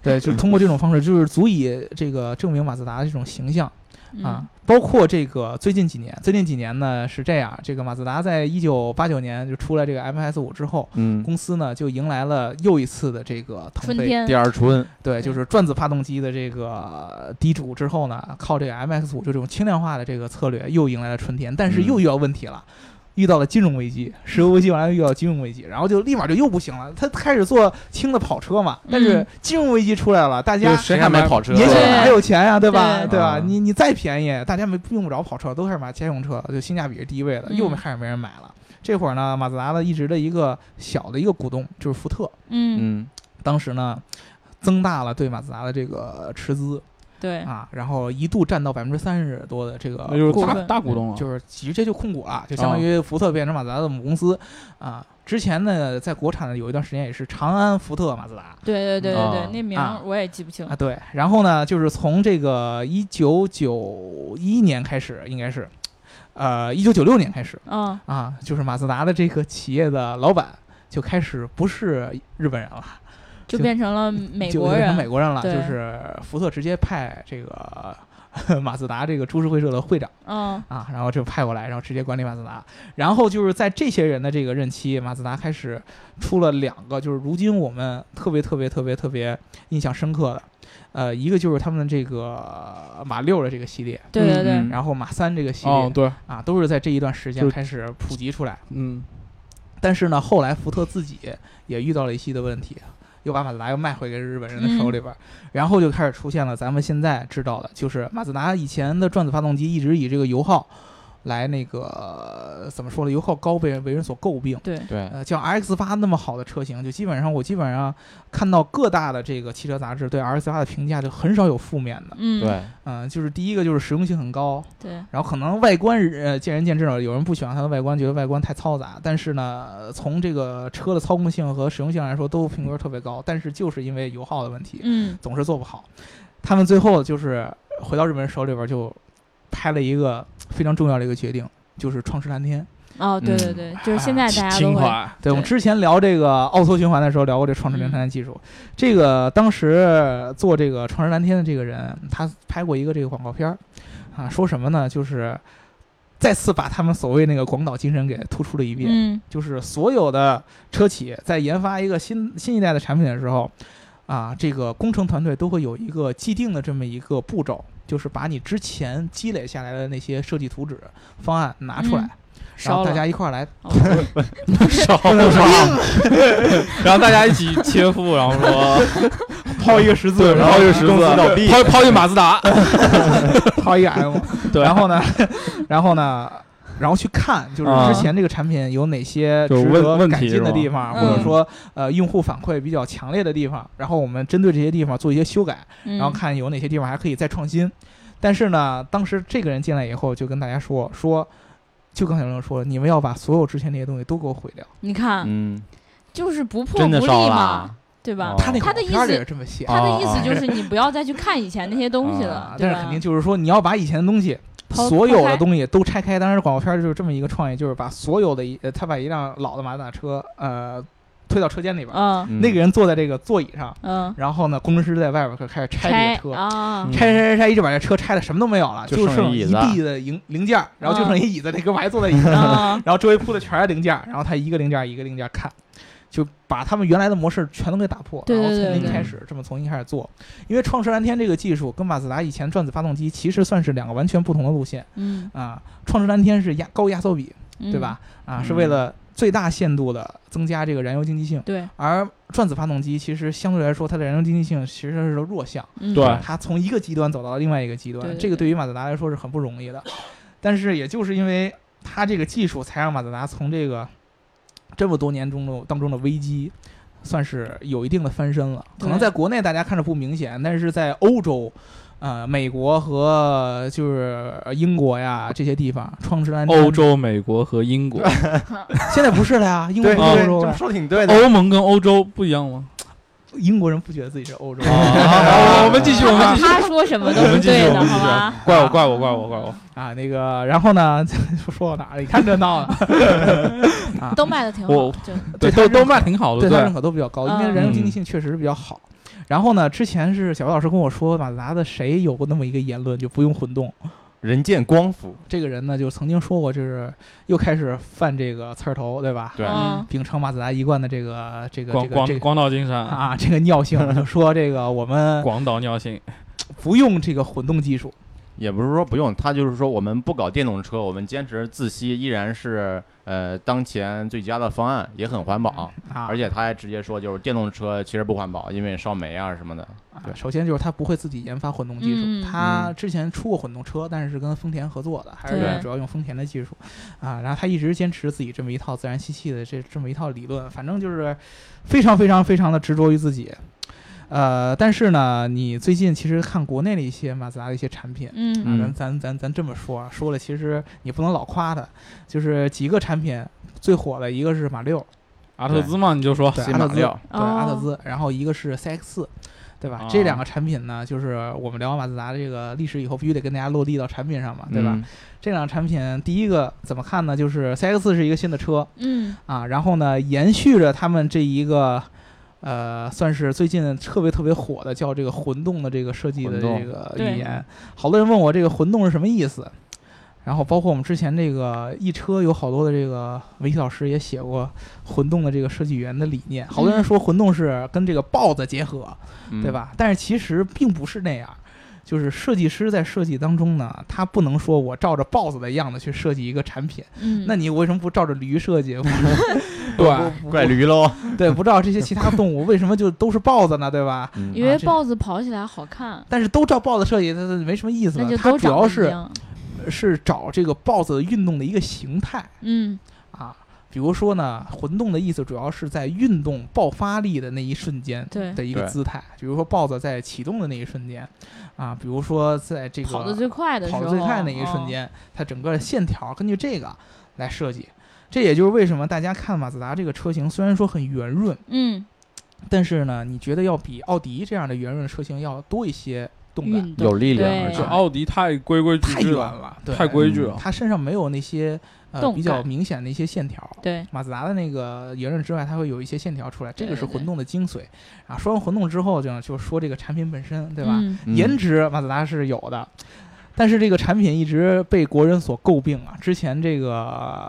S3: 对，就通过这种方式，就是足以这个证明马自达的这种形象
S2: 嗯
S3: 啊。包括这个最近几年，最近几年呢是这样，这个马自达在一九八九年就出了这个 MS 五之后。
S5: 嗯，
S3: 公司呢就迎来了又一次的这个腾
S2: 春
S3: 飞，
S2: 天
S5: 第，二春，
S3: 对，就是转子发动机的这个低主之后呢，靠这个 MX 五这种轻量化的这个策略，又迎来了春天，但是
S5: 嗯
S3: 又遇到问题了。遇到了金融危机，石油危机完了遇到金融危机，然后就立马就又不行了。他开始做轻的跑车嘛，但是
S2: 嗯
S3: 金融危机出来了，大家
S4: 就是谁
S5: 还
S4: 还
S5: 买
S4: 买
S5: 跑车？
S3: 年轻
S2: 对
S3: 人还有钱啊呀、对吧？
S2: 对
S3: 对吧？
S5: 嗯
S3: 你你再便宜，大家没用不着跑车，都开始买家用车，就性价比是第一位的，
S2: 嗯
S3: 又开始没人买了。这会儿呢，马自达的一直的一个小的一个股东就是福特，
S2: 嗯，
S5: 嗯，
S3: 当时呢增大了对马自达的这个持资，
S2: 对，
S3: 啊，然后一度占到百分之三十多的这个
S4: 那就是
S3: 股
S2: 股
S4: 大啊
S2: 份
S4: 大股东啊了，
S3: 就是直接就控股了，就相当于福特变成马自达的母公司啊。之前呢，在国产呢有一段时间也是长安、福特、马自达
S2: 对对对对对
S5: 啊，
S2: 那名
S3: 啊
S2: 儿我也记不清
S3: 啊，。对。然后呢，就是从这个一九九一年开始，应该是，呃，一九九六年开始
S2: 嗯，
S3: 啊，就是马自达的这个企业的老板就开始不是日本人了，
S2: 就
S3: 就嗯
S2: 变成了美
S3: 就
S2: 国
S3: 变成
S2: 人，
S3: 美国人了，就
S2: 对
S3: 是福特直接派这个马自达这个株式会社的会长。
S2: 嗯
S3: 啊，然后就派过来，然后直接管理马自达。然后就是在这些人的这个任期，马自达开始出了两个，就是如今我们特别特别特别特别印象深刻的，呃，一个就是他们这个马六的这个系列，
S2: 对对对，
S5: 嗯
S3: 然后马三这个系列、
S4: 哦，对，
S3: 啊，都是在这一段时间
S4: 就
S3: 开始普及出来。
S4: 嗯，
S3: 但是呢，后来福特自己也遇到了一系列问题。又把马自达又卖回给日本人的手里边儿，然后就开始出现了咱们现在知道的，就是马自达以前的转子发动机一直以这个油耗来那个、呃怎么说呢？油耗高被为人所诟病。
S2: 对，
S5: 对，
S3: 呃，像 RX 八那么好的车型，就基本上我基本上看到各大的这个汽车杂志对 RX 八的评价就很少有负面的。
S2: 嗯
S5: 对，
S3: 嗯、就是第一个就是实用性很高，
S2: 对，
S3: 然后可能外观呃见仁见智了，有人不喜欢它的外观，觉得外观太嘈杂。但是呢，从这个车的操控性和实用性来说，都评分特别高。但是就是因为油耗的问题，
S2: 嗯
S3: 总是做不好。他们最后就是回到日本人手里边，就拍了一个非常重要的一个决定，就是创驰蓝天。
S2: 哦，对
S5: 嗯
S2: 对对，
S3: 啊
S2: 就是现在大家都
S4: 轻
S2: 会，
S4: 快，
S3: 对，我们
S2: 对
S3: 之前聊这个奥托循环的时候聊过这创驰蓝天的技术。
S2: 嗯
S3: 这个当时做这个创驰蓝天的这个人，他拍过一个这个广告片儿，啊，说什么呢？就是再次把他们所谓那个广岛精神给突出了一遍。
S2: 嗯
S3: 就是所有的车企在研发一个新新一代的产品的时候，啊，这个工程团队都会有一个既定的这么一个步骤，就是把你之前积累下来的那些设计图纸、方案拿出来，
S2: 嗯
S3: 然
S2: 烧
S3: 后大
S2: 了，哦
S3: 家一块 儿来
S4: 少少，然后大家一起切腹，然后说
S3: 抛一个十字，
S6: 然后就十字倒闭，
S4: 抛抛去马自达，
S3: 抛一个 M，
S4: 对
S3: 哎然后呢， 然后呢，然后去看就是之前这个产品有哪些
S4: 啊就
S3: 值
S4: 问
S3: 得
S4: 问
S3: 改
S4: 题
S3: 进的
S4: 是吧
S3: 地方，
S2: 嗯
S3: 或者说呃用户反馈比较强烈的地方，然后我们针对这些地方做一些修改，
S2: 嗯
S3: 然后看有哪些地方还可以再创新。但是呢，当时这个人进来以后就跟大家说说。就刚才有人说，你们要把所有之前那些东西都给我毁掉。
S2: 你看，
S5: 嗯，
S2: 就是不破
S5: 真
S2: 不
S5: 的
S2: 立
S5: 烧了
S2: 嘛
S5: 啊，，
S2: 对吧
S5: 哦？
S3: 那
S2: 他
S3: 个
S2: 的
S3: 影
S2: 意
S3: 片儿里也
S2: 思，
S3: 这么写
S5: 啊
S2: 他的意思就是你不要再去看以前那些东西了
S3: 哦啊，，
S2: 对
S3: 但
S2: 吧
S3: 是肯定就是说，你要把以前的东西，
S2: 抛
S3: 所有
S2: 抛
S3: 的
S2: 开
S3: 东西都拆开。当时广告片儿就是这么一个创意，就是把所有的一，呃他把一辆老的马自达车，呃，推到车间里边儿，
S2: 嗯
S5: 嗯
S3: 那个人坐在这个座椅上，
S2: 嗯，
S3: 然后呢，工程师在外边儿就开始拆
S2: 拆
S3: 这个车，
S2: 啊
S6: 嗯，
S3: 拆拆拆拆，一直把这车拆的什么都没有了，
S5: 就
S3: 就
S5: 剩
S3: 剩一
S5: 一椅子啊
S3: 地的零零件儿，然后就
S2: 嗯
S3: 剩一椅子，那哥们儿还坐在椅子上，
S2: 啊
S3: 然后周围铺的全是零件儿，然后他一个零件儿一个零件儿看，就把他们原来的模式全都给打破，
S2: 对对对
S3: 然后从
S5: 对
S3: 零开始这么从零开始做，因为创世蓝天这个技术跟马自达以前转子发动机其实算是两个完全不同的路线
S2: 嗯，
S3: 啊，创世蓝天是压高压缩比，
S2: 嗯
S3: 对？吧？啊，是为了最大限度的增加这个燃油经济性。
S2: 对，
S3: 而转子发动机其实相对来说，它的燃油经济性其实是个弱项，
S2: 嗯
S4: 对
S3: 它从一个极端走到另外一个极端，
S2: 对对
S3: 这个对于马自达来说是很不容易的。但是也就是因为它这个技术，才让马自达从这个这么多年中的当中的危机，算是有一定的翻身了。可能
S2: 对
S3: 在国内大家看着不明显，但是在欧洲。呃，美国和就是英国呀这些地方，创世蓝天
S4: 欧洲、美国和英国，
S3: 现在不是了呀，英国
S6: 对
S3: 不
S6: 对
S3: 是
S6: 对，
S3: 欧洲
S6: 这
S3: 了
S6: 么，说的挺对的。
S4: 欧盟跟欧洲不一样吗？
S3: 英国人不觉得自己是欧
S5: 哦
S3: 洲
S5: 呃
S4: 啊，我们继续，我们
S2: 他
S4: 继续，
S2: 他说什么都不对的，好吧？
S4: 怪我，怪我，怪我，怪我。
S3: 啊，那个，然后呢， 说到哪儿了？你看这闹的，
S2: 都卖的挺好
S4: 我，
S2: 就
S4: 对，
S3: 对
S4: 都
S3: 他
S4: 都卖挺好的，
S3: 对它认
S4: 哦对，
S3: 可度比较高，因为
S2: 嗯
S3: 燃油经济性确实是比较好。然后呢，之前是小白老师跟我说，马自达的谁有过那么一个言论，就不用混动。
S5: 人见光伏，
S3: 这个人呢，就曾经说过，就是又开始犯这个刺儿头，对吧？
S5: 对
S2: 嗯
S3: 秉承马自达一贯的这个这个这
S4: 广
S3: 个这
S4: 广
S3: 个
S4: 广岛金山，
S3: 啊这个尿性，就说这个我们
S4: 广岛尿性，
S3: 不用这个混动技术。
S5: 也不是说不用，他就是说我们不搞电动车，我们坚持自吸依然是呃当前最佳的方案，也很环保。
S3: 啊，
S5: 而且他还直接说，就是电动车其实不环保，因为烧煤啊什么的。
S3: 啊，首先就是他不会自己研发混动技术，
S2: 嗯
S3: 他之前出过混动车，但是是跟丰田合作的，还是
S2: 对
S3: 主要用丰田的技术啊。然后他一直坚持自己这么一套自然吸气的这这么一套理论，反正就是非常非常非常的执着于自己。呃，但是呢，你最近其实看国内的一些马自达的一些产品，
S2: 嗯
S5: 嗯
S3: 咱咱咱咱这么说啊，说了，其实你不能老夸它，就是几个产品最火的一个是马六，
S4: 阿特兹嘛，你就说哎
S3: 对，
S5: 喜
S3: 阿
S5: 马
S3: 特兹，对
S5: 料
S2: 哦
S3: 阿特兹，然后一个是 CX 四，对吧
S4: 啊？
S3: 这两个产品呢，就是我们聊完马自达的这个历史以后，必须得跟大家落地到产品上嘛，对吧？
S5: 嗯
S3: 这两个产品，第一个怎么看呢？就是 CX 四是一个新的车
S2: 嗯
S3: 啊，然后呢，延续着他们这一个。呃，算是最近特别特别火的，叫这个混动的这个设计的
S5: 混动
S3: 这个
S2: 对
S3: 语言，好多人问我这个混动是什么意思，然后包括我们之前这个一车有好多的这个文体老师也写过混动的这个设计语言的理念，好多人说混动是跟这个豹子结合，
S5: 嗯
S3: 对吧？但是其实并不是那样，就是设计师在设计当中呢，他不能说我照着豹子的样子去设计一个产品，
S2: 嗯，
S3: 那你为什么不照着驴设计？
S4: 对，
S5: 怪驴喽。
S3: 对，不照这些其他动物，为什么就都是豹子呢？对 吧？
S5: 嗯
S2: 因为
S3: 啊这
S2: 豹子跑起来好看，
S3: 但是都照豹子设计，它它没什么意思
S2: 那
S3: 了。
S2: 就
S3: 它
S2: 都
S3: 主
S2: 长
S3: 要
S2: 得一
S3: 是
S2: 样。
S3: 是找这个豹子运动的一个形态
S2: 嗯
S3: 啊。比如说呢，混动的意思主要是在运动爆发力的那一瞬间，
S2: 对
S3: 的一个
S5: 对
S3: 姿态，比如说豹子在启动的那一瞬间，啊，比如说在这个
S2: 跑得最快的时
S3: 跑
S2: 候，
S3: 得最快那一瞬
S2: 嗯，
S3: 间，它整个线条根据这个来设计。这也就是为什么大家看马自达这个车型，虽然说很圆润，
S2: 嗯，
S3: 但是呢，你觉得要比奥迪这样的圆润车型要多一些动感，哦
S2: 运动
S5: 有力量，
S2: 对
S5: 而
S4: 就
S5: 且
S4: 奥迪太规规矩
S3: 太
S4: 矩
S3: 圆
S4: 了，
S3: 了，对嗯
S4: 太规矩了。
S3: 它身上没有那些呃
S2: 动
S3: 比较
S2: 感
S3: 明显的一些线条。
S2: 对，
S3: 马自达的那个圆润之外，它会有一些线条出来，这个是
S2: 对对对
S3: 混动的精髓啊。说完混动之后，就就说这个产品本身，对吧？
S2: 嗯
S5: 嗯
S3: 颜值马自达是有的，但是这个产品一直被国人所诟病啊。之前这个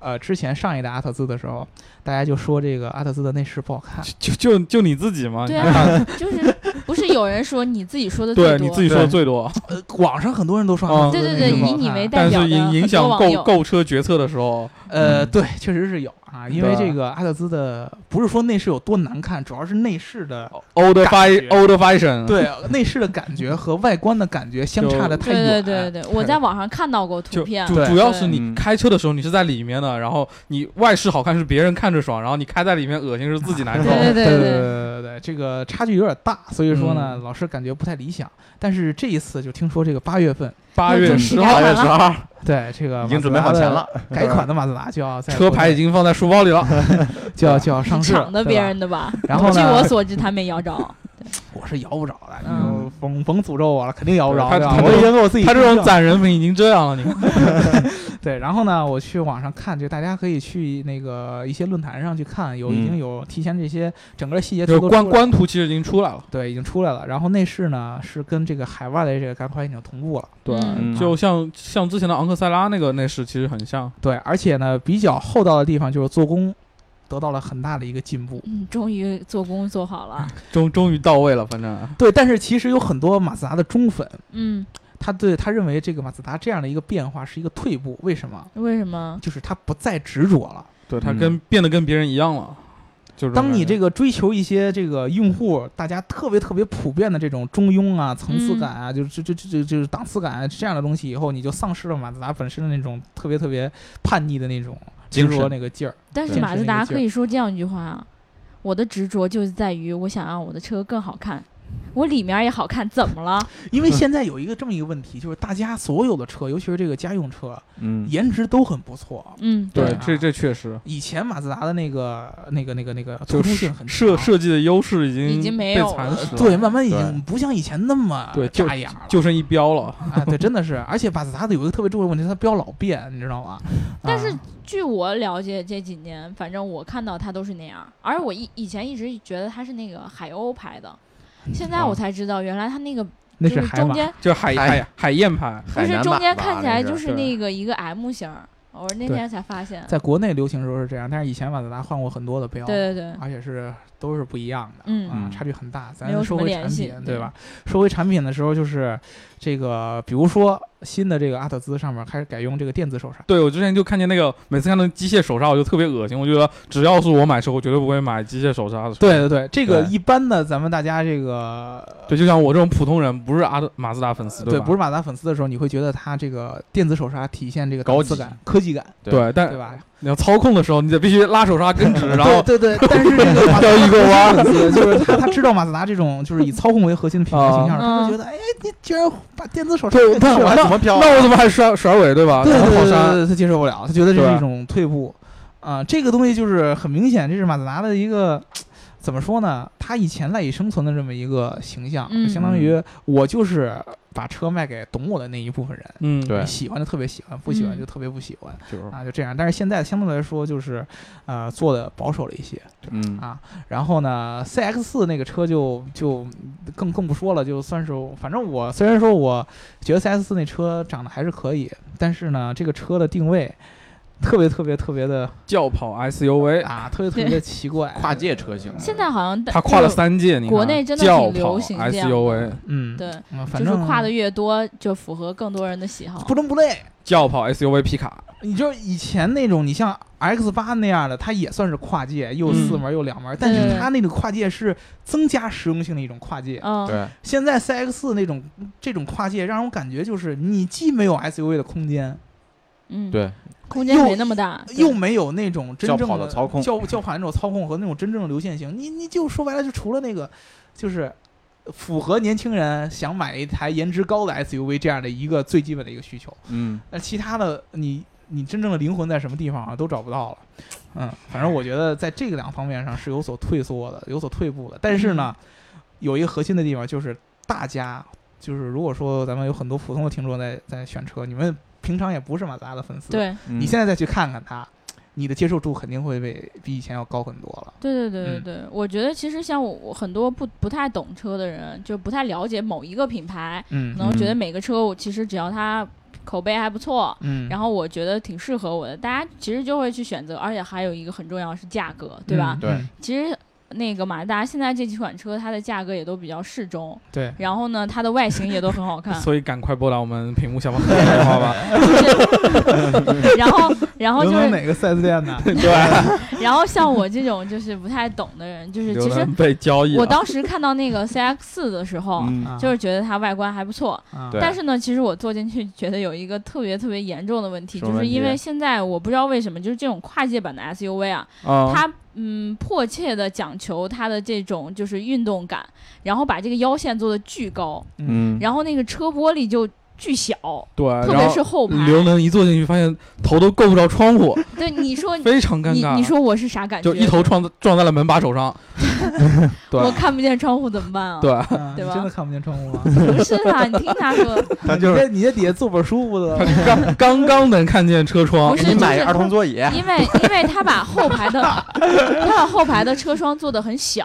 S3: 呃，之前上一代阿特兹的时候，大家就说这个阿特兹的内饰不好看，
S4: 就就就哦你自己嘛，
S2: 对啊， 就是不是有人说你自己说的
S4: 你
S2: 最
S4: 对
S2: 多，
S4: 你自己说的最多，
S3: 呃，网上很多人都说阿特
S2: 对
S3: 兹
S2: 对
S3: 的内
S2: 对，以
S3: 饰不好看，
S2: 你为代
S4: 但
S2: 表的
S4: 是影影
S2: 很
S4: 响
S2: 多网
S4: 购
S2: 友
S4: 购车决策的时候，
S3: 呃，
S4: 嗯
S3: 对，确实是有啊，因为这个阿特兹的不是说内饰有多难看，主要是内饰的。
S4: old
S3: 感
S4: fashion
S3: 觉
S4: old fashion，，
S3: 对内饰的感觉和外观的感觉相差的太
S2: 对
S3: 远，
S2: 对
S3: 啊
S2: 对对，我在网上看到过图
S4: 就
S2: 片，
S4: 主
S3: 对
S4: 主要是
S5: 对
S4: 你
S5: 嗯
S4: 开车的时候你是在里面的，然后你外饰好看是别人看着爽，然后你开在里面恶心是自己难受。
S2: 对对
S3: 对
S2: 对
S3: 对对，这个差距有点大，所以说呢，老师感觉不太理想。但是这一次就听说这个八月份，
S4: 八
S2: 那
S4: 月
S2: 就
S4: 嗯十
S2: 改
S4: 号
S5: 八
S2: 款
S5: 月
S2: 了
S5: 十二
S3: 对这个
S5: 已经准备好钱了，，
S3: 改款的马自达就要在
S4: 车牌已
S3: 国
S4: 经放在书包 里了，
S3: 内就要就要上市了，
S2: 抢的
S3: 对
S2: 别
S3: 吧
S2: 人的吧？
S3: 然后
S2: 据
S3: 呢
S2: 我所知，他没摇着。
S3: 我是摇不着的，
S2: 嗯
S3: 你就甭甭诅咒我了，肯定摇不着。
S4: 他
S3: 对吧
S4: 他
S3: 我
S4: 这
S3: 已经给我自己
S4: 他这
S3: 定
S4: 种
S3: 性
S4: 攒人品已经这样了，你看
S3: 对，然后呢，我去网上看，就大家可以去那个一些论坛上去看，有已经
S5: 嗯
S3: 有提前这些整个细节
S4: 就是
S3: 图都
S4: 官
S3: 出来了
S4: 官图其实已经出来了，
S3: 对已经出来了。然后内饰呢是跟这个海外的这个改款已经同步了，
S4: 对
S2: 嗯
S4: 就像像之前的昂克赛拉那个内饰其实很像，
S3: 对，而且呢比较厚道的地方就是做工得到了很大的一个进步。
S2: 嗯，终于做工做好 了，
S4: 终终于到位了，反正啊
S3: 对，但是其实有很多马自达的忠粉，
S2: 嗯，
S3: 他对他认为这个马自达这样的一个变化是一个退步，为什么？
S2: 为什么？
S3: 就是他不再执着了。
S4: 对
S5: 嗯
S4: 它跟变得跟别人一样了，就是
S3: 当你这
S4: 个
S3: 个追求一些这个用户大家特别特别普遍的这种中庸啊、层次感啊，就是这这这这就是档次感啊这样的东西以后，你就丧失了马自达本身的那种特别特别叛逆的那种执
S5: 精神
S3: 着那个劲儿。
S2: 但是
S3: 对
S2: 马
S3: 是
S2: 自
S3: 那个
S2: 达
S3: 劲儿
S2: 可以说这样一句话啊：我的执着就是在于我想让我的车更好看，我里面也好看，怎么了？
S3: 因 为现在有一个这么一个问题，就是大家所有的车，尤其是这个家用车，
S5: 嗯，
S3: 颜值都很不错。
S2: 嗯，
S4: 对
S3: 对啊
S4: 这这确实
S3: 以前马自达的那个、那个、那个、那个突
S4: 就
S3: 出
S4: 是
S3: 性很
S4: 设
S3: 强
S4: 设计的优势已经
S2: 已经没
S4: 被
S2: 有
S4: 蚕
S2: 了
S4: 食了，
S3: 对，慢慢已
S5: 对
S3: 经不像以前那么
S4: 对就
S3: 扎眼儿了。
S4: 就剩一标了，
S3: 啊，对，真的是，而且马自达的有一个特别重要的问题，它标老变，你知道吗？
S2: 但
S3: 啊
S2: 是据我了解，这几年反正我看到它都是那样，而我以以前一直觉得它是那个海鸥牌的，现在我才知道原来它那个
S3: 嗯哦那
S2: 就是是
S3: 海
S2: 中
S3: 马，
S2: 间
S4: 就是海
S5: 哎
S4: 海海燕牌，
S2: 不
S5: 海
S2: 是
S5: 南
S2: 中
S5: 吧
S2: 间
S5: 吧
S2: 看起来
S5: 那
S2: 就是是
S4: 对
S2: 那个一个 M 型儿，我那
S3: 对
S2: 天才发现，
S3: 在国内流行的时候是这样，但是以前马自达换过很多的标，
S2: 对对对，
S3: 而且是都是不一样的，
S2: 嗯
S3: 啊，差距很大。
S2: 没有
S3: 咱
S2: 什
S3: 说
S2: 么
S3: 回
S2: 联
S3: 产
S2: 系
S3: 品，对吧？说回产品的时候，就是这个，比如说新的这个阿特兹上面开始改用这个电子手刹，
S4: 对我之前就看见那个，每次看到机械手刹我就特别恶心，我觉得只要是我买车，我绝对不会买机械手刹的车。
S3: 对对对，这个
S5: 对
S3: 一般的咱们大家这个
S4: 对，就像我这种普通人，不是阿特马自达粉丝，
S3: 对
S4: 吧？
S3: 不是马自达粉丝的时候，你会觉得它这个电子手刹体现这个
S5: 高
S3: 档次
S5: 级
S3: 感、科技感，
S5: 对
S4: 对，但
S3: 对吧？
S4: 你要操控的时候，你得必须拉手刹跟 直，嗯然后
S3: 对 对对，但是这个马自
S4: 掉一个
S3: 达 粉丝就是他，他知道马自达这种就是以操控为核心的品牌形象，他
S4: 嗯
S2: 啊
S3: 就觉得，哎，你居然把电子手刹
S4: 对，那
S3: 去
S4: 我
S3: 了
S4: 还
S6: 怎
S5: 嗯
S6: 么飘啊？
S4: 那我怎么还甩甩尾，对吧？
S3: 对对
S4: 然后
S3: 对
S4: 啊跑
S3: 对
S4: 山，
S3: 对，他接受不了，他觉得这
S4: 对
S3: 是
S4: 啊
S3: 一种退步啊、这个东西就是很明显，这是马自达的一个。怎么说呢？他以前赖以生存的这么一个形象，
S2: 嗯
S3: 就相当于我就是把车卖给懂我的那一部分人，
S4: 嗯，
S5: 对
S3: 喜欢就特别喜欢，不喜欢
S2: 嗯
S3: 就特别不喜欢、
S5: 就是
S3: 啊，就这样。但是现在相对来说就是，呃，做的保守了一些，
S5: 嗯
S3: 啊，然后呢，CX 四那个车就就更更不说了，就算是反正我虽然说我觉得 CX 四那车长得还是可以，但是呢，这个车的定位特别特别特别的
S4: 轿跑 SUV，
S3: 啊，特别特别的奇怪，
S5: 跨界车型，
S2: 现在好像
S4: 它跨了
S2: 就
S4: 三届，你看
S2: 国内真的
S4: 轿
S2: 挺
S4: 跑
S2: 流行这样的
S4: SUV，
S3: 嗯，
S2: 对，
S3: 嗯，反
S2: 就是
S3: 正
S2: 跨的越多，就符合更多人的喜好
S3: 不。伦不类。
S4: 轿跑 SUV 皮卡，
S3: 你就是以前那种，你像 X 八那样的，它也算是跨界，又
S4: 嗯，
S3: 四门又两门，
S2: 对
S3: 但
S2: 对
S3: 是
S2: 对
S3: 它那个跨界是增加实用性的一种跨界，
S2: 嗯，
S5: 对，
S3: 现在 CX 四那种这种跨界，让我感觉就是你既没有 SUV 的空间，
S2: 嗯，
S5: 对，
S2: 空间
S3: 又
S2: 没那么大，对
S3: 又没有那种真
S5: 轿
S3: 正
S5: 跑的操控
S3: 轿轿跑那种操控和那种真正的流线型。你你就说白了，就除了那个，就是符合年轻人想买一台颜值高的 SUV 这样的一个最基本的一个需求，
S5: 嗯，
S3: 那其他的你你真正的灵魂在什么地方啊都找不到了。嗯，反正我觉得在这个两方面上是有所退缩的，有所退步的。但是
S2: 嗯
S3: 呢，有一个核心的地方就是大家就是如果说咱们有很多普通的听众在在选车，你们平常也不是马自达的粉丝，，
S2: 对
S5: 你
S3: 你现在再去看看它，你的接受度肯定会被比以前要高很多了。
S2: 对对对对
S3: 嗯
S2: 对，我觉得其实像我我很多不不太懂车的人，就不太了解某一个品牌，
S3: 嗯
S2: 可能觉得每个车我其实只要它口碑还不错，
S3: 嗯，
S2: 然后我觉得挺适合我的，大家其实就会去选择，而且还有一个很重要的是价格，对吧？
S3: 嗯
S5: 对
S3: 嗯
S2: 其实那个马自达现在这几款车，它的价格也都比较适中，
S3: 对，
S2: 然后呢，它的外形也都很好看
S4: 所以赶快拨打我们屏幕下方的电话吧。
S2: 然后然后就
S3: 能
S2: 是
S3: 问哪个 4S 店 呢？
S2: 然后像我这种就是不太懂的人， 就是
S4: 流
S2: 其实
S4: 量被交易
S2: 我
S4: 了，
S2: 当时看到那个 CX 四的时候，
S5: 嗯
S2: 就是觉得它外观还不错，
S3: 啊
S5: 对
S2: 但是呢，其实我坐进去觉得有一个特别特别严重的问题，
S5: 什么
S2: 就是
S4: 啊
S5: 问题
S2: 因为现在我不知道为什么，就是这种跨界版的 SUV 啊，
S4: 啊，
S2: 它嗯迫切的讲求它的这种就是运动感，然后把这个腰线做的巨高，
S5: 嗯，
S2: 然后那个车玻璃就巨小，
S4: 对，
S2: 特
S4: 啊然
S2: 别是
S4: 后
S2: 后排，
S4: 刘能一坐进去，发现头都够不着窗户，
S2: 对你说你
S4: 非常尴尬。啊
S2: 你说我是啥感觉？
S4: 就一头撞撞在了门把手上，对
S2: 我看不见窗户怎么办啊？
S4: 啊对，
S3: 啊
S2: 对
S3: 你
S2: 吧
S3: 真的看不见窗 户啊！
S2: 不是啊，你听他说，
S4: 哎
S6: 他就是
S3: 你在你在底下坐本书不得 了？
S4: 刚刚刚能看见车窗
S2: 不，是
S6: 你买
S2: 就是
S6: 个儿童座椅，
S2: 因为因为他把后排的他把后排的车窗做的很小，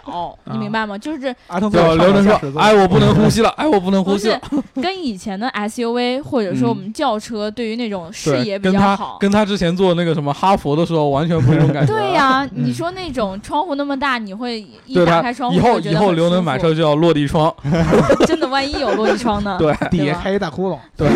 S2: 你明白吗？就是
S3: 儿童座
S4: 就
S3: 椅上
S4: 刘能
S3: 不了
S4: 说
S3: 驾驶：“座
S4: 哎，我不能呼吸了，哎，我不能呼
S2: 不
S4: 吸
S2: 是
S4: 了。
S2: 跟以前的 SUV 或者说我们轿车对于那种”视
S4: 对，
S2: 野比
S4: 跟
S2: 较
S4: 他
S2: 好。
S4: 跟他之前做那个什么哈佛的时候，完全不是这种感觉。
S2: 对呀、
S3: 嗯
S2: 你说那种窗户那么大，你会一
S4: 对
S2: 打
S4: 他
S2: 开窗户
S4: 以后
S2: 就觉
S4: 以
S2: 得
S4: 后
S2: 很
S4: 刘
S2: 舒
S4: 能买
S2: 服
S4: 车就要落地 窗，
S2: 真的，万一有落地窗呢？
S4: 对
S3: 底
S2: 对
S3: 下
S2: 吧
S3: 开一大窟窿，啊
S4: 对，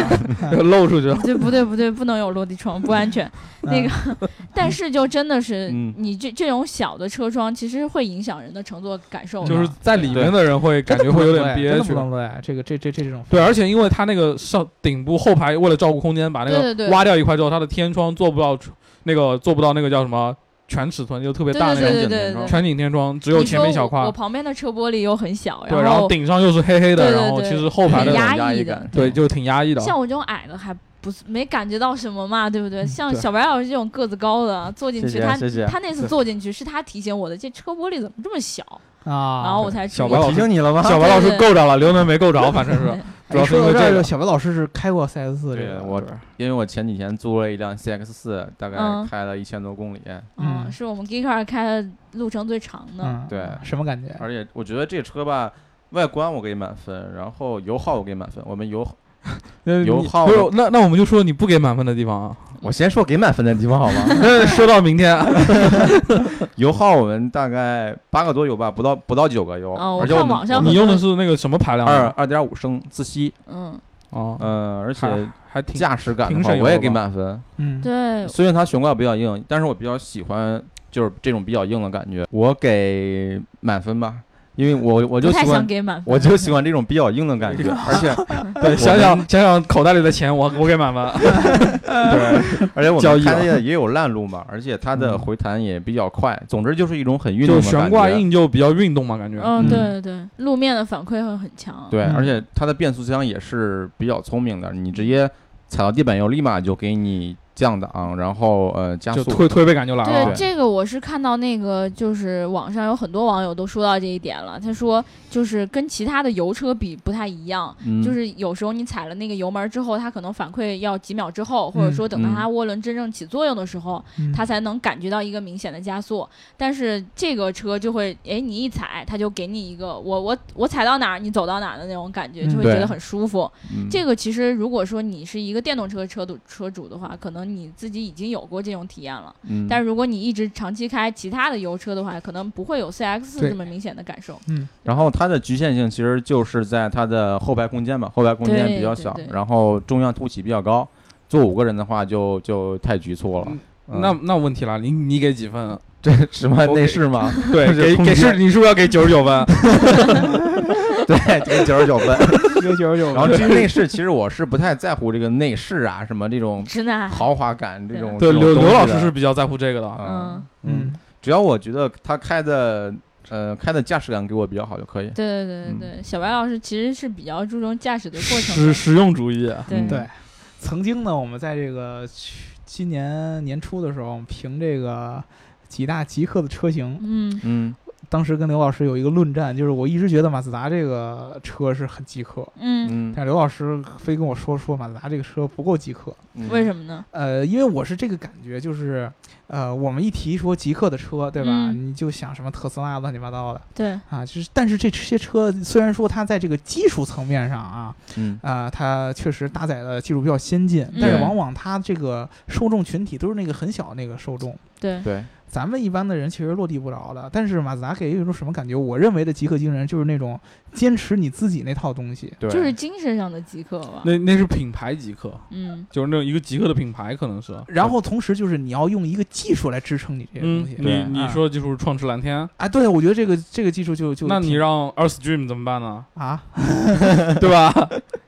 S4: 露出去了。
S2: 对，不对不对，不能有落地窗，不安全。 那个
S3: 嗯，
S2: 但是就真的是
S5: 嗯
S2: 你这这种小的车窗，其实会影响人的乘坐感受的。
S4: 就是在里面的人会感觉
S3: 真的不
S4: 会有
S3: 能坐呀
S4: 点憋
S3: 真的
S4: 屈
S3: 不。能对，这个这这这这种
S4: 对，而且因为它那个上顶部后排为了照顾空间，把那
S2: 对对
S4: 个
S2: 对
S4: 挖掉一块之后，它的天窗做不到那个做不到那个叫什么全尺寸，就特别
S2: 对
S4: 大那
S2: 对
S4: 种
S2: 对对
S5: 种
S2: 对对，
S4: 全景天窗，只有
S2: 你
S4: 前
S2: 说
S4: 面一小
S2: 我
S4: 块
S2: 我。旁边的车玻璃又很小，
S4: 对，
S2: 然
S4: 然后顶上又是黑黑的，
S2: 对对
S4: 然后
S2: 对
S4: 其实后排
S2: 很
S4: 的
S5: 有
S4: 人
S5: 压
S2: 压抑的
S5: 感，
S4: 对就挺压抑的。
S2: 像我这种矮的还不是没感觉到什么嘛，对不对？像
S4: 对
S2: 小白老师这种个子高的坐进
S6: 谢
S2: 去，
S6: 谢
S2: 他
S6: 谢谢
S2: 他那次坐进去是他提醒我的，这车玻璃怎么这么小？
S3: 啊，
S2: 然后我才注
S4: 小
S2: 意
S4: 白老
S6: 提醒你了吗？
S4: 小白老师
S2: 对对
S4: 够着了，刘能没够着，反 正是主要是
S3: 哎说
S4: 因为
S3: 到
S4: 这
S3: 这
S4: 个
S3: 儿，小白老师是开过 4S 四这
S5: 对
S3: 个，
S5: 我因为我前几天租了一辆 CX 四，大概
S2: 嗯
S5: 开了一千多公里，
S2: 嗯，
S3: 嗯
S2: 是我们 Geek Car 开的路程最长的。啊
S3: 嗯，
S5: 对
S3: 什么感觉？
S5: 而且我觉得这车吧，外观我给满分，然后油耗我给满分。我们油，
S4: 呃
S5: 油
S4: 你
S5: 耗
S4: 不
S5: 的
S4: 是，那那我们就说你不给满分的 地方啊。
S5: 我先说给满分的地方好吗？
S4: 那说到明天，
S5: 油耗我们大概八个多有吧，不到不到九个油，
S2: 哦我
S5: 而且
S2: 看
S5: 我们
S2: 网上
S4: 你用的是那个什么排量
S5: 二
S4: 的？
S5: 二点五升自吸，
S2: 嗯，
S4: 啊哦，
S5: 嗯，而且
S4: 还挺
S5: 驾驶感的
S4: 挺
S5: 话
S4: 省油
S5: 我也
S4: 的
S5: 给
S4: 吧
S5: 满分。
S3: 嗯，
S2: 对，
S5: 虽然它悬挂比较硬，但是我比较喜欢就是这种比较硬的感觉，我给满分吧，因为我我
S2: 我
S5: 就
S2: 不太
S5: 喜欢
S2: 想给满分。
S5: 我就喜欢这种比较硬的感觉，而且
S4: 对，想想想想口袋里的钱，我我给满分。
S5: 对，而且我
S4: 交易
S5: 们
S4: 了
S5: 开的也有烂路嘛，而且它的
S4: 嗯
S5: 回弹也比较快，总之就是一种很运动
S4: 就
S5: 的感觉。
S4: 悬挂硬就比较运动嘛，感觉。
S2: 嗯，
S3: 嗯
S2: 对对对，路面的反馈会很强。
S5: 对，
S3: 嗯
S5: 而且它的变速箱也是比较聪明的，你直接踩到地板油，立马就给你降档，然后呃加
S4: 就
S5: 速。
S4: 推推背感就来
S2: 对
S4: 了啊
S5: 对。
S2: 这个，我是看到那个，就是网上有很多网友都说到这一点了。他说，就是跟其他的油车比不太一样，
S5: 嗯，
S2: 就是有时候你踩了那个油门之后，它可能反馈要几秒之后，或者
S5: 嗯
S2: 说等到它涡轮真正起作用的时候，
S3: 嗯
S2: 它才能感觉到一个明显的加速。但是这个车就会，哎，你一踩，它就给你一个我我我踩到哪儿，你走到哪儿的那种感觉，
S3: 嗯
S2: 就会觉
S5: 对
S2: 得很舒服。
S5: 嗯
S2: 这个其实如果说你是一个电动车车主车主的话，可能你自己已经有过这种体验了。
S5: 嗯
S2: 但是如果你一直长期开其他的油车的话，可能不会有 CX
S3: 对
S2: 这么明显的感受。
S5: 然后它的局限性其实就是在它的后排空间嘛，后排空间
S2: 对
S5: 比较
S2: 对
S5: 小
S2: 对，
S5: 然后中央凸起比较高，坐五个人的话就就太局促了
S4: 嗯。
S5: 嗯
S4: 那那问题了，你你给几分啊？
S5: 这什么
S4: 我
S5: 内
S4: 给
S5: 饰 吗？
S4: 对，给给是你是不是要给九十九 分？
S5: 对，给九十九分。
S3: 六九九，
S5: 然后至于内饰，其实我是不太在乎这个内饰啊，什么这种
S2: 直男，
S5: 豪华感这种。
S4: 对，
S5: 这种
S4: 刘
S5: 东
S4: 刘
S5: 西
S4: 老
S5: 的
S4: 师是比较在乎这个的。啊
S5: 嗯，
S2: 嗯，
S3: 嗯，
S5: 只要我觉得它开的呃开的驾驶感给我比较好就可以。
S2: 对对
S4: 嗯
S2: 对对，小白老师其实是比较注重驾驶的过程
S4: 实
S2: 的。
S4: 实用主义，啊
S2: 对
S5: 嗯
S3: 对曾经呢，我们在这个去今年年初的时候，我们凭这个几大极客的车型，
S2: 嗯
S5: 嗯
S3: 当时跟刘老师有一个论战，就是我一直觉得马自达这个车是很极客，
S2: 嗯，
S5: 嗯，
S3: 但刘老师非跟我说说马自达这个车不够极客。
S4: 嗯
S2: 为
S5: 么？
S2: 什么呢？
S3: 呃，因为我是这个感觉，就是呃，我们一提说极客的车，对吧？
S2: 嗯
S3: 你就想什么特斯拉乱七八糟的
S2: 对，
S3: 啊，就是但是这些车虽然说它在这个技术层面上啊，
S5: 嗯
S3: 啊，它确实搭载的技术比较先进，但是
S5: 对
S3: 往往它这个受众群体都是那个很小那个受众，
S2: 对，
S5: 对，
S3: 咱们一般的人其实落地不着的。但是马自达给人一种什么感觉？我认为的极客精神就是那种坚持你自己那套东西。
S5: 对
S2: 就是精神上的极客吧。
S4: 那那是品牌极客，
S2: 嗯，
S4: 就是那种一个极客的品牌，可能是。
S3: 然后同时就是你要用一个技术来支撑你这些
S4: 嗯
S3: 东西，
S4: 你
S5: 对
S4: 你
S3: 啊
S4: 说就是创驰蓝天，
S3: 啊，对，我觉得这个这个技术就就
S4: 那你
S3: 挺
S4: 让 Earth Dream 怎么办呢？
S3: 啊、
S4: 对吧？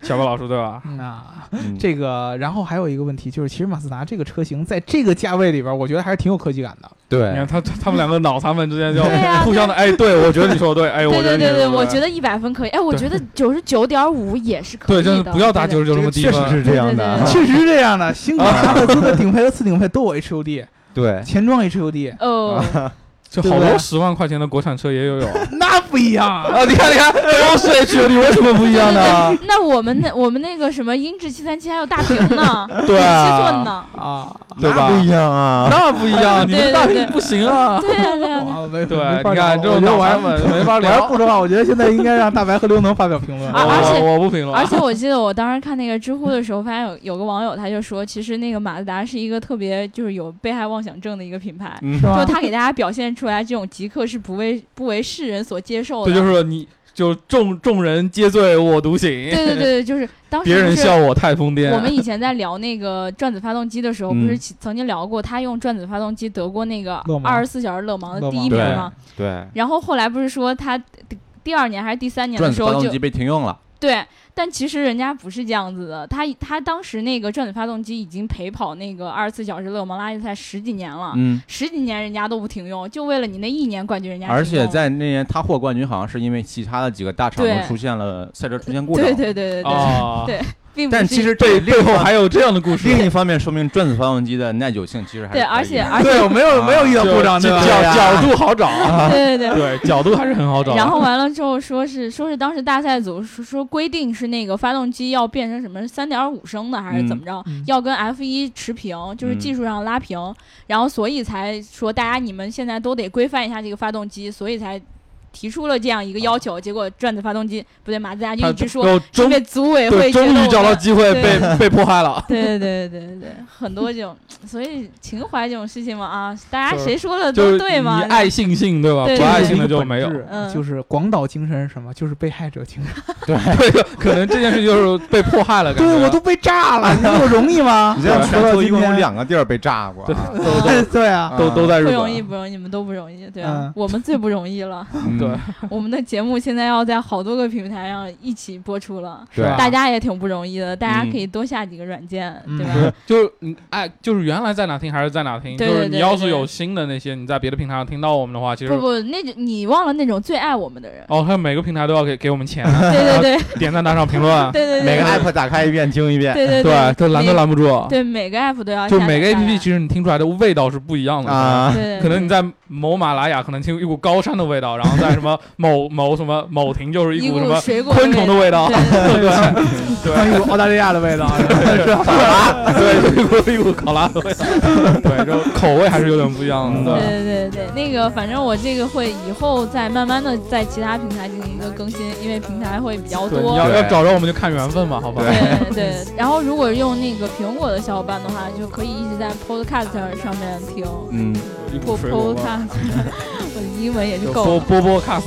S4: 小白老师对吧？
S3: 嗯、啊，
S5: 嗯
S3: 这个，然后还有一个问题就是，其实马自达这个车型在这个价位里边儿，我觉得还是挺有科技感的。
S4: 你
S5: 对
S4: 看他他他们两个脑残粉之间就
S2: 对呀
S4: 互相的，哎，对我觉得你说的对，哎，我
S2: 对
S4: 觉
S2: 对
S4: 得你
S2: 对
S4: 说
S2: 对，
S4: 的
S2: 我觉得一百分可以。哎，我 觉得九十九点五也是可以
S4: 对，就是
S2: 的。
S4: 不要打
S2: 对
S4: 九
S2: 不
S4: 十九这么低
S6: 确
S4: 分。
S6: 实是这样的，
S2: 对
S3: 确实是这样的，新款阿特兹的顶配和次顶配都有 HUD，
S5: 啊对
S3: 前装 HUD，
S4: 啊
S2: 对。哦，
S4: 就
S3: 对
S4: 好
S3: 不对
S4: 多十万块钱的国产车也有有啊，
S3: 那不一样啊。
S4: 哦
S5: 啊，你看你看，刚睡去了，你为什么不一样
S4: 啊
S5: 呢？
S2: 那我们那我们那个什么英智七三七还有大屏 呢，
S5: 对
S2: 七
S5: 啊
S2: 寸呢，
S3: 啊，
S5: 对吧
S6: 那不一样啊，
S4: 那不一样，你
S2: 对对
S4: 们大
S2: 对
S4: 屏不行啊。
S2: 对呀 对呀，
S3: 哇没
S4: 对
S3: 没法聊
S4: 你看
S3: 了
S4: 这种
S3: 我觉得我还
S4: 脑残粉没法
S3: 我还
S4: 聊
S3: 不知道，我觉得现在应该让大白和刘能发表评论。
S2: 啊而且
S4: 我我不评论啊，
S2: 而且我记得我当时看那个知乎的时候，发现有有个网友他就说，其实那个马自达是一个特别就是有被害妄想症的一个品牌，
S5: 嗯
S3: 是
S2: 就
S3: 吧？
S2: 他给大家表现出来这种极客是不为不为世人所接受的。
S4: 这就是说你就众众人皆醉我独醒，
S2: 对对对对，就是当时
S4: 别人
S2: 不是
S4: 笑我太疯癫。
S2: 我们以前在聊那个转子发动机的时候，
S5: 嗯
S2: 不是曾经聊过他用转子发动机得过那个
S3: 勒芒
S2: 二十四小时勒芒
S3: 勒
S2: 的
S3: 芒
S2: 第一名
S5: 对
S2: 吗？
S6: 对，
S2: 然后后来不是说他第第二年还是第三年的
S5: 转
S2: 时
S5: 子发
S2: 候就
S5: 动机被停用了，
S2: 对，但其实人家不是这样子的，他他当时那个转子发动机已经陪跑那个二十四小时勒芒拉力赛十几年了。
S5: 嗯，
S2: 十几年人家都不停用，就为了你那一年冠军，人家
S5: 而
S2: 停用
S5: 且
S2: 了
S5: 在那年他获冠军好像是因为其他的几个大厂
S2: 对
S5: 都出现了赛车出现故障，
S2: 对对对对对
S5: 哦
S2: 对，对
S4: 啊，
S2: 并不
S5: 但
S2: 是
S5: 其实这
S4: 背
S5: 另
S4: 背
S5: 一
S4: 后
S5: 方
S4: 还有这样 的故事，
S5: 另一方面说明转子发动机的耐久性其实还是
S2: 对，
S5: 可以
S2: 而且
S5: 的
S2: 而且
S3: 对，我没有没有遇到故障，对
S4: 角
S3: 吧？
S5: 对啊
S4: 角度好找，啊
S2: 对对对，
S4: 对角度还是很好找。啊
S2: 然后完了之后说是说是当时大赛组说说规定是那个发动机要变成什么三点五升的还是怎么着，
S3: 嗯嗯
S2: 要跟 F 一持平，就是
S4: 嗯
S2: 技术上拉平，然后所以才说大家你们现在都得规范一下这个发动机，所以才。提出了这样一个要求，结果转子发动机不对，马自达就
S4: 他
S2: 一直说
S4: 又
S2: 是
S4: 终
S2: 被组委
S4: 对
S2: 会
S4: 终于找到
S2: 机
S4: 机会
S2: 对啊
S4: 被被迫害了。
S2: 对对对对对，很多这种，所以情怀这种事情嘛啊，大家
S4: 就是
S2: 谁说的
S4: 就是
S2: 都对嘛
S4: 你，爱信信对吧？
S2: 对
S4: 不爱
S2: 对
S4: 信的就没 有。
S2: 嗯
S3: 就是广岛精神是什么？就是被害者精神。
S4: 对，可能这件事就是被迫害了。感觉
S3: 对我都被炸了，你我容易吗
S6: 你？这样
S3: 对
S6: 全
S3: 说到
S6: 球一
S3: 今
S6: 共有
S3: 天
S6: 两个地儿被炸过啊，
S2: 嗯
S3: 对啊，
S6: 啊
S4: 都都在日
S2: 不
S4: 本。
S2: 容易，不容易，你们都不容易，对啊，
S3: 嗯
S2: 我们最不容易 了。
S5: 嗯
S4: 对
S2: 我们的节目现在要在好多个平台上一起播出了，
S3: 是吧？
S2: 大家也挺不容易的，大
S4: 嗯
S2: 家可以多下几个软件，
S3: 嗯
S2: 对
S3: 嗯
S2: 吧？
S4: 就是你哎，就是原来在哪听还是在哪听。
S2: 对
S4: 就
S2: 对
S4: 是你
S2: 对
S4: 要
S2: 对
S4: 是
S2: 对
S4: 有新的那些，你在别的平台上听到我们的话，其实
S2: 不不，那种你忘了那种最爱我们的 人，
S4: 哦，还有每个平台都要给给我们钱，啊
S2: 对对对
S4: 点赞打赏评论，
S2: 对对
S6: 每个
S2: 对
S6: app 打开一遍听一遍，
S2: 对对
S4: 对，这拦都
S2: 每
S4: 拦不住。
S2: 对每个 app 都要
S4: 就
S2: 下载
S4: 每个
S2: 下
S4: APP
S2: 来
S4: 其实你听出来的味道是不一样的。
S6: 啊，
S2: 对对，
S4: 可能你
S2: 对
S4: 在某马拉雅可能听一股高山的味道，然后在什么某某什么某亭就是
S2: 一
S4: 股什
S2: 股
S4: 么
S2: 水果
S4: 昆虫的味道
S2: 道，， 对对对
S3: 像一股澳大利亚的味道，
S4: 对，一股一股考拉的味道，对，就口味还是有点不一样的。
S2: 对对对对，那个反正我这个会以后再慢慢的在其他平台进行一个更新，因为平台会比较
S4: 对，你
S2: 多。
S4: 要
S5: 对
S4: 要找着我们就看缘分吧，好吧？
S2: 对对，然后如果用那个苹果的小伙伴的话，就可以一直在 Podcast 上面听。
S5: 嗯，
S4: 一股
S2: Po
S4: 水果味
S2: Podcast，我 的英文也就
S4: 就
S2: 够
S4: 波
S2: 了。
S4: 波波 cast，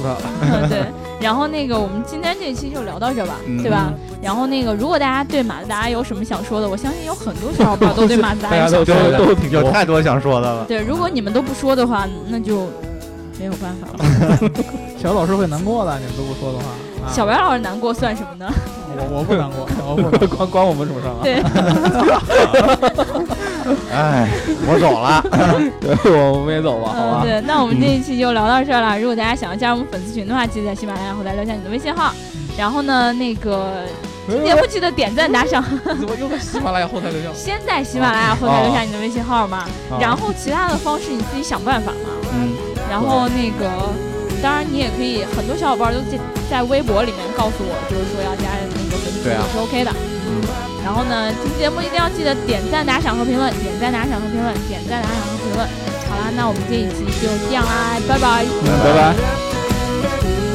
S2: 对，然后那个我们今天这一期就聊到这吧，
S5: 嗯
S2: 对吧？然后那个如果大家对马自达有什么想说的，我相信有很多小伙伴都对马自达
S4: 大
S2: 有想
S4: 家都
S2: 说
S4: 都
S2: 的。
S4: 都挺
S6: 有
S4: 多
S6: 太多想说的了。
S2: 对，如果你们都不说的话，那就没有办法了。
S3: 小老师会难过的，你们都不说的话。啊
S2: 小白老师难过算什么呢？
S3: 我我不难过，我不难过。
S4: 关关我们什么事啊？
S2: 对，
S6: 哎，我走了，
S4: 对，我们也走吧，好啊
S2: 嗯，
S4: 吧？
S2: 对，那我们这一期就聊到这儿了。如果大家想要加入我们粉丝群的话，记得在喜马拉雅后台留下你的微信号。
S4: 嗯
S2: 然后呢，那个
S4: 哎
S2: 也不记得点赞打赏，
S4: 怎么又在喜马拉雅后台留下？
S2: 先在喜马拉雅后台留下你的微信号嘛。
S4: 啊
S2: 然后其他的方式你自己想办法嘛。
S5: 嗯，
S2: 然后那个，当然你也可以，很多小伙伴都在在微博里面告诉我，就是说要加那个粉丝群
S5: 对啊
S2: 也是 OK 的。然后呢，听节目一定要记得点赞、打赏和评论，点赞、打赏和评论，点赞、打赏和评论。好啦，那我们这一期就这样啦，拜拜。
S4: 拜拜。
S1: Thank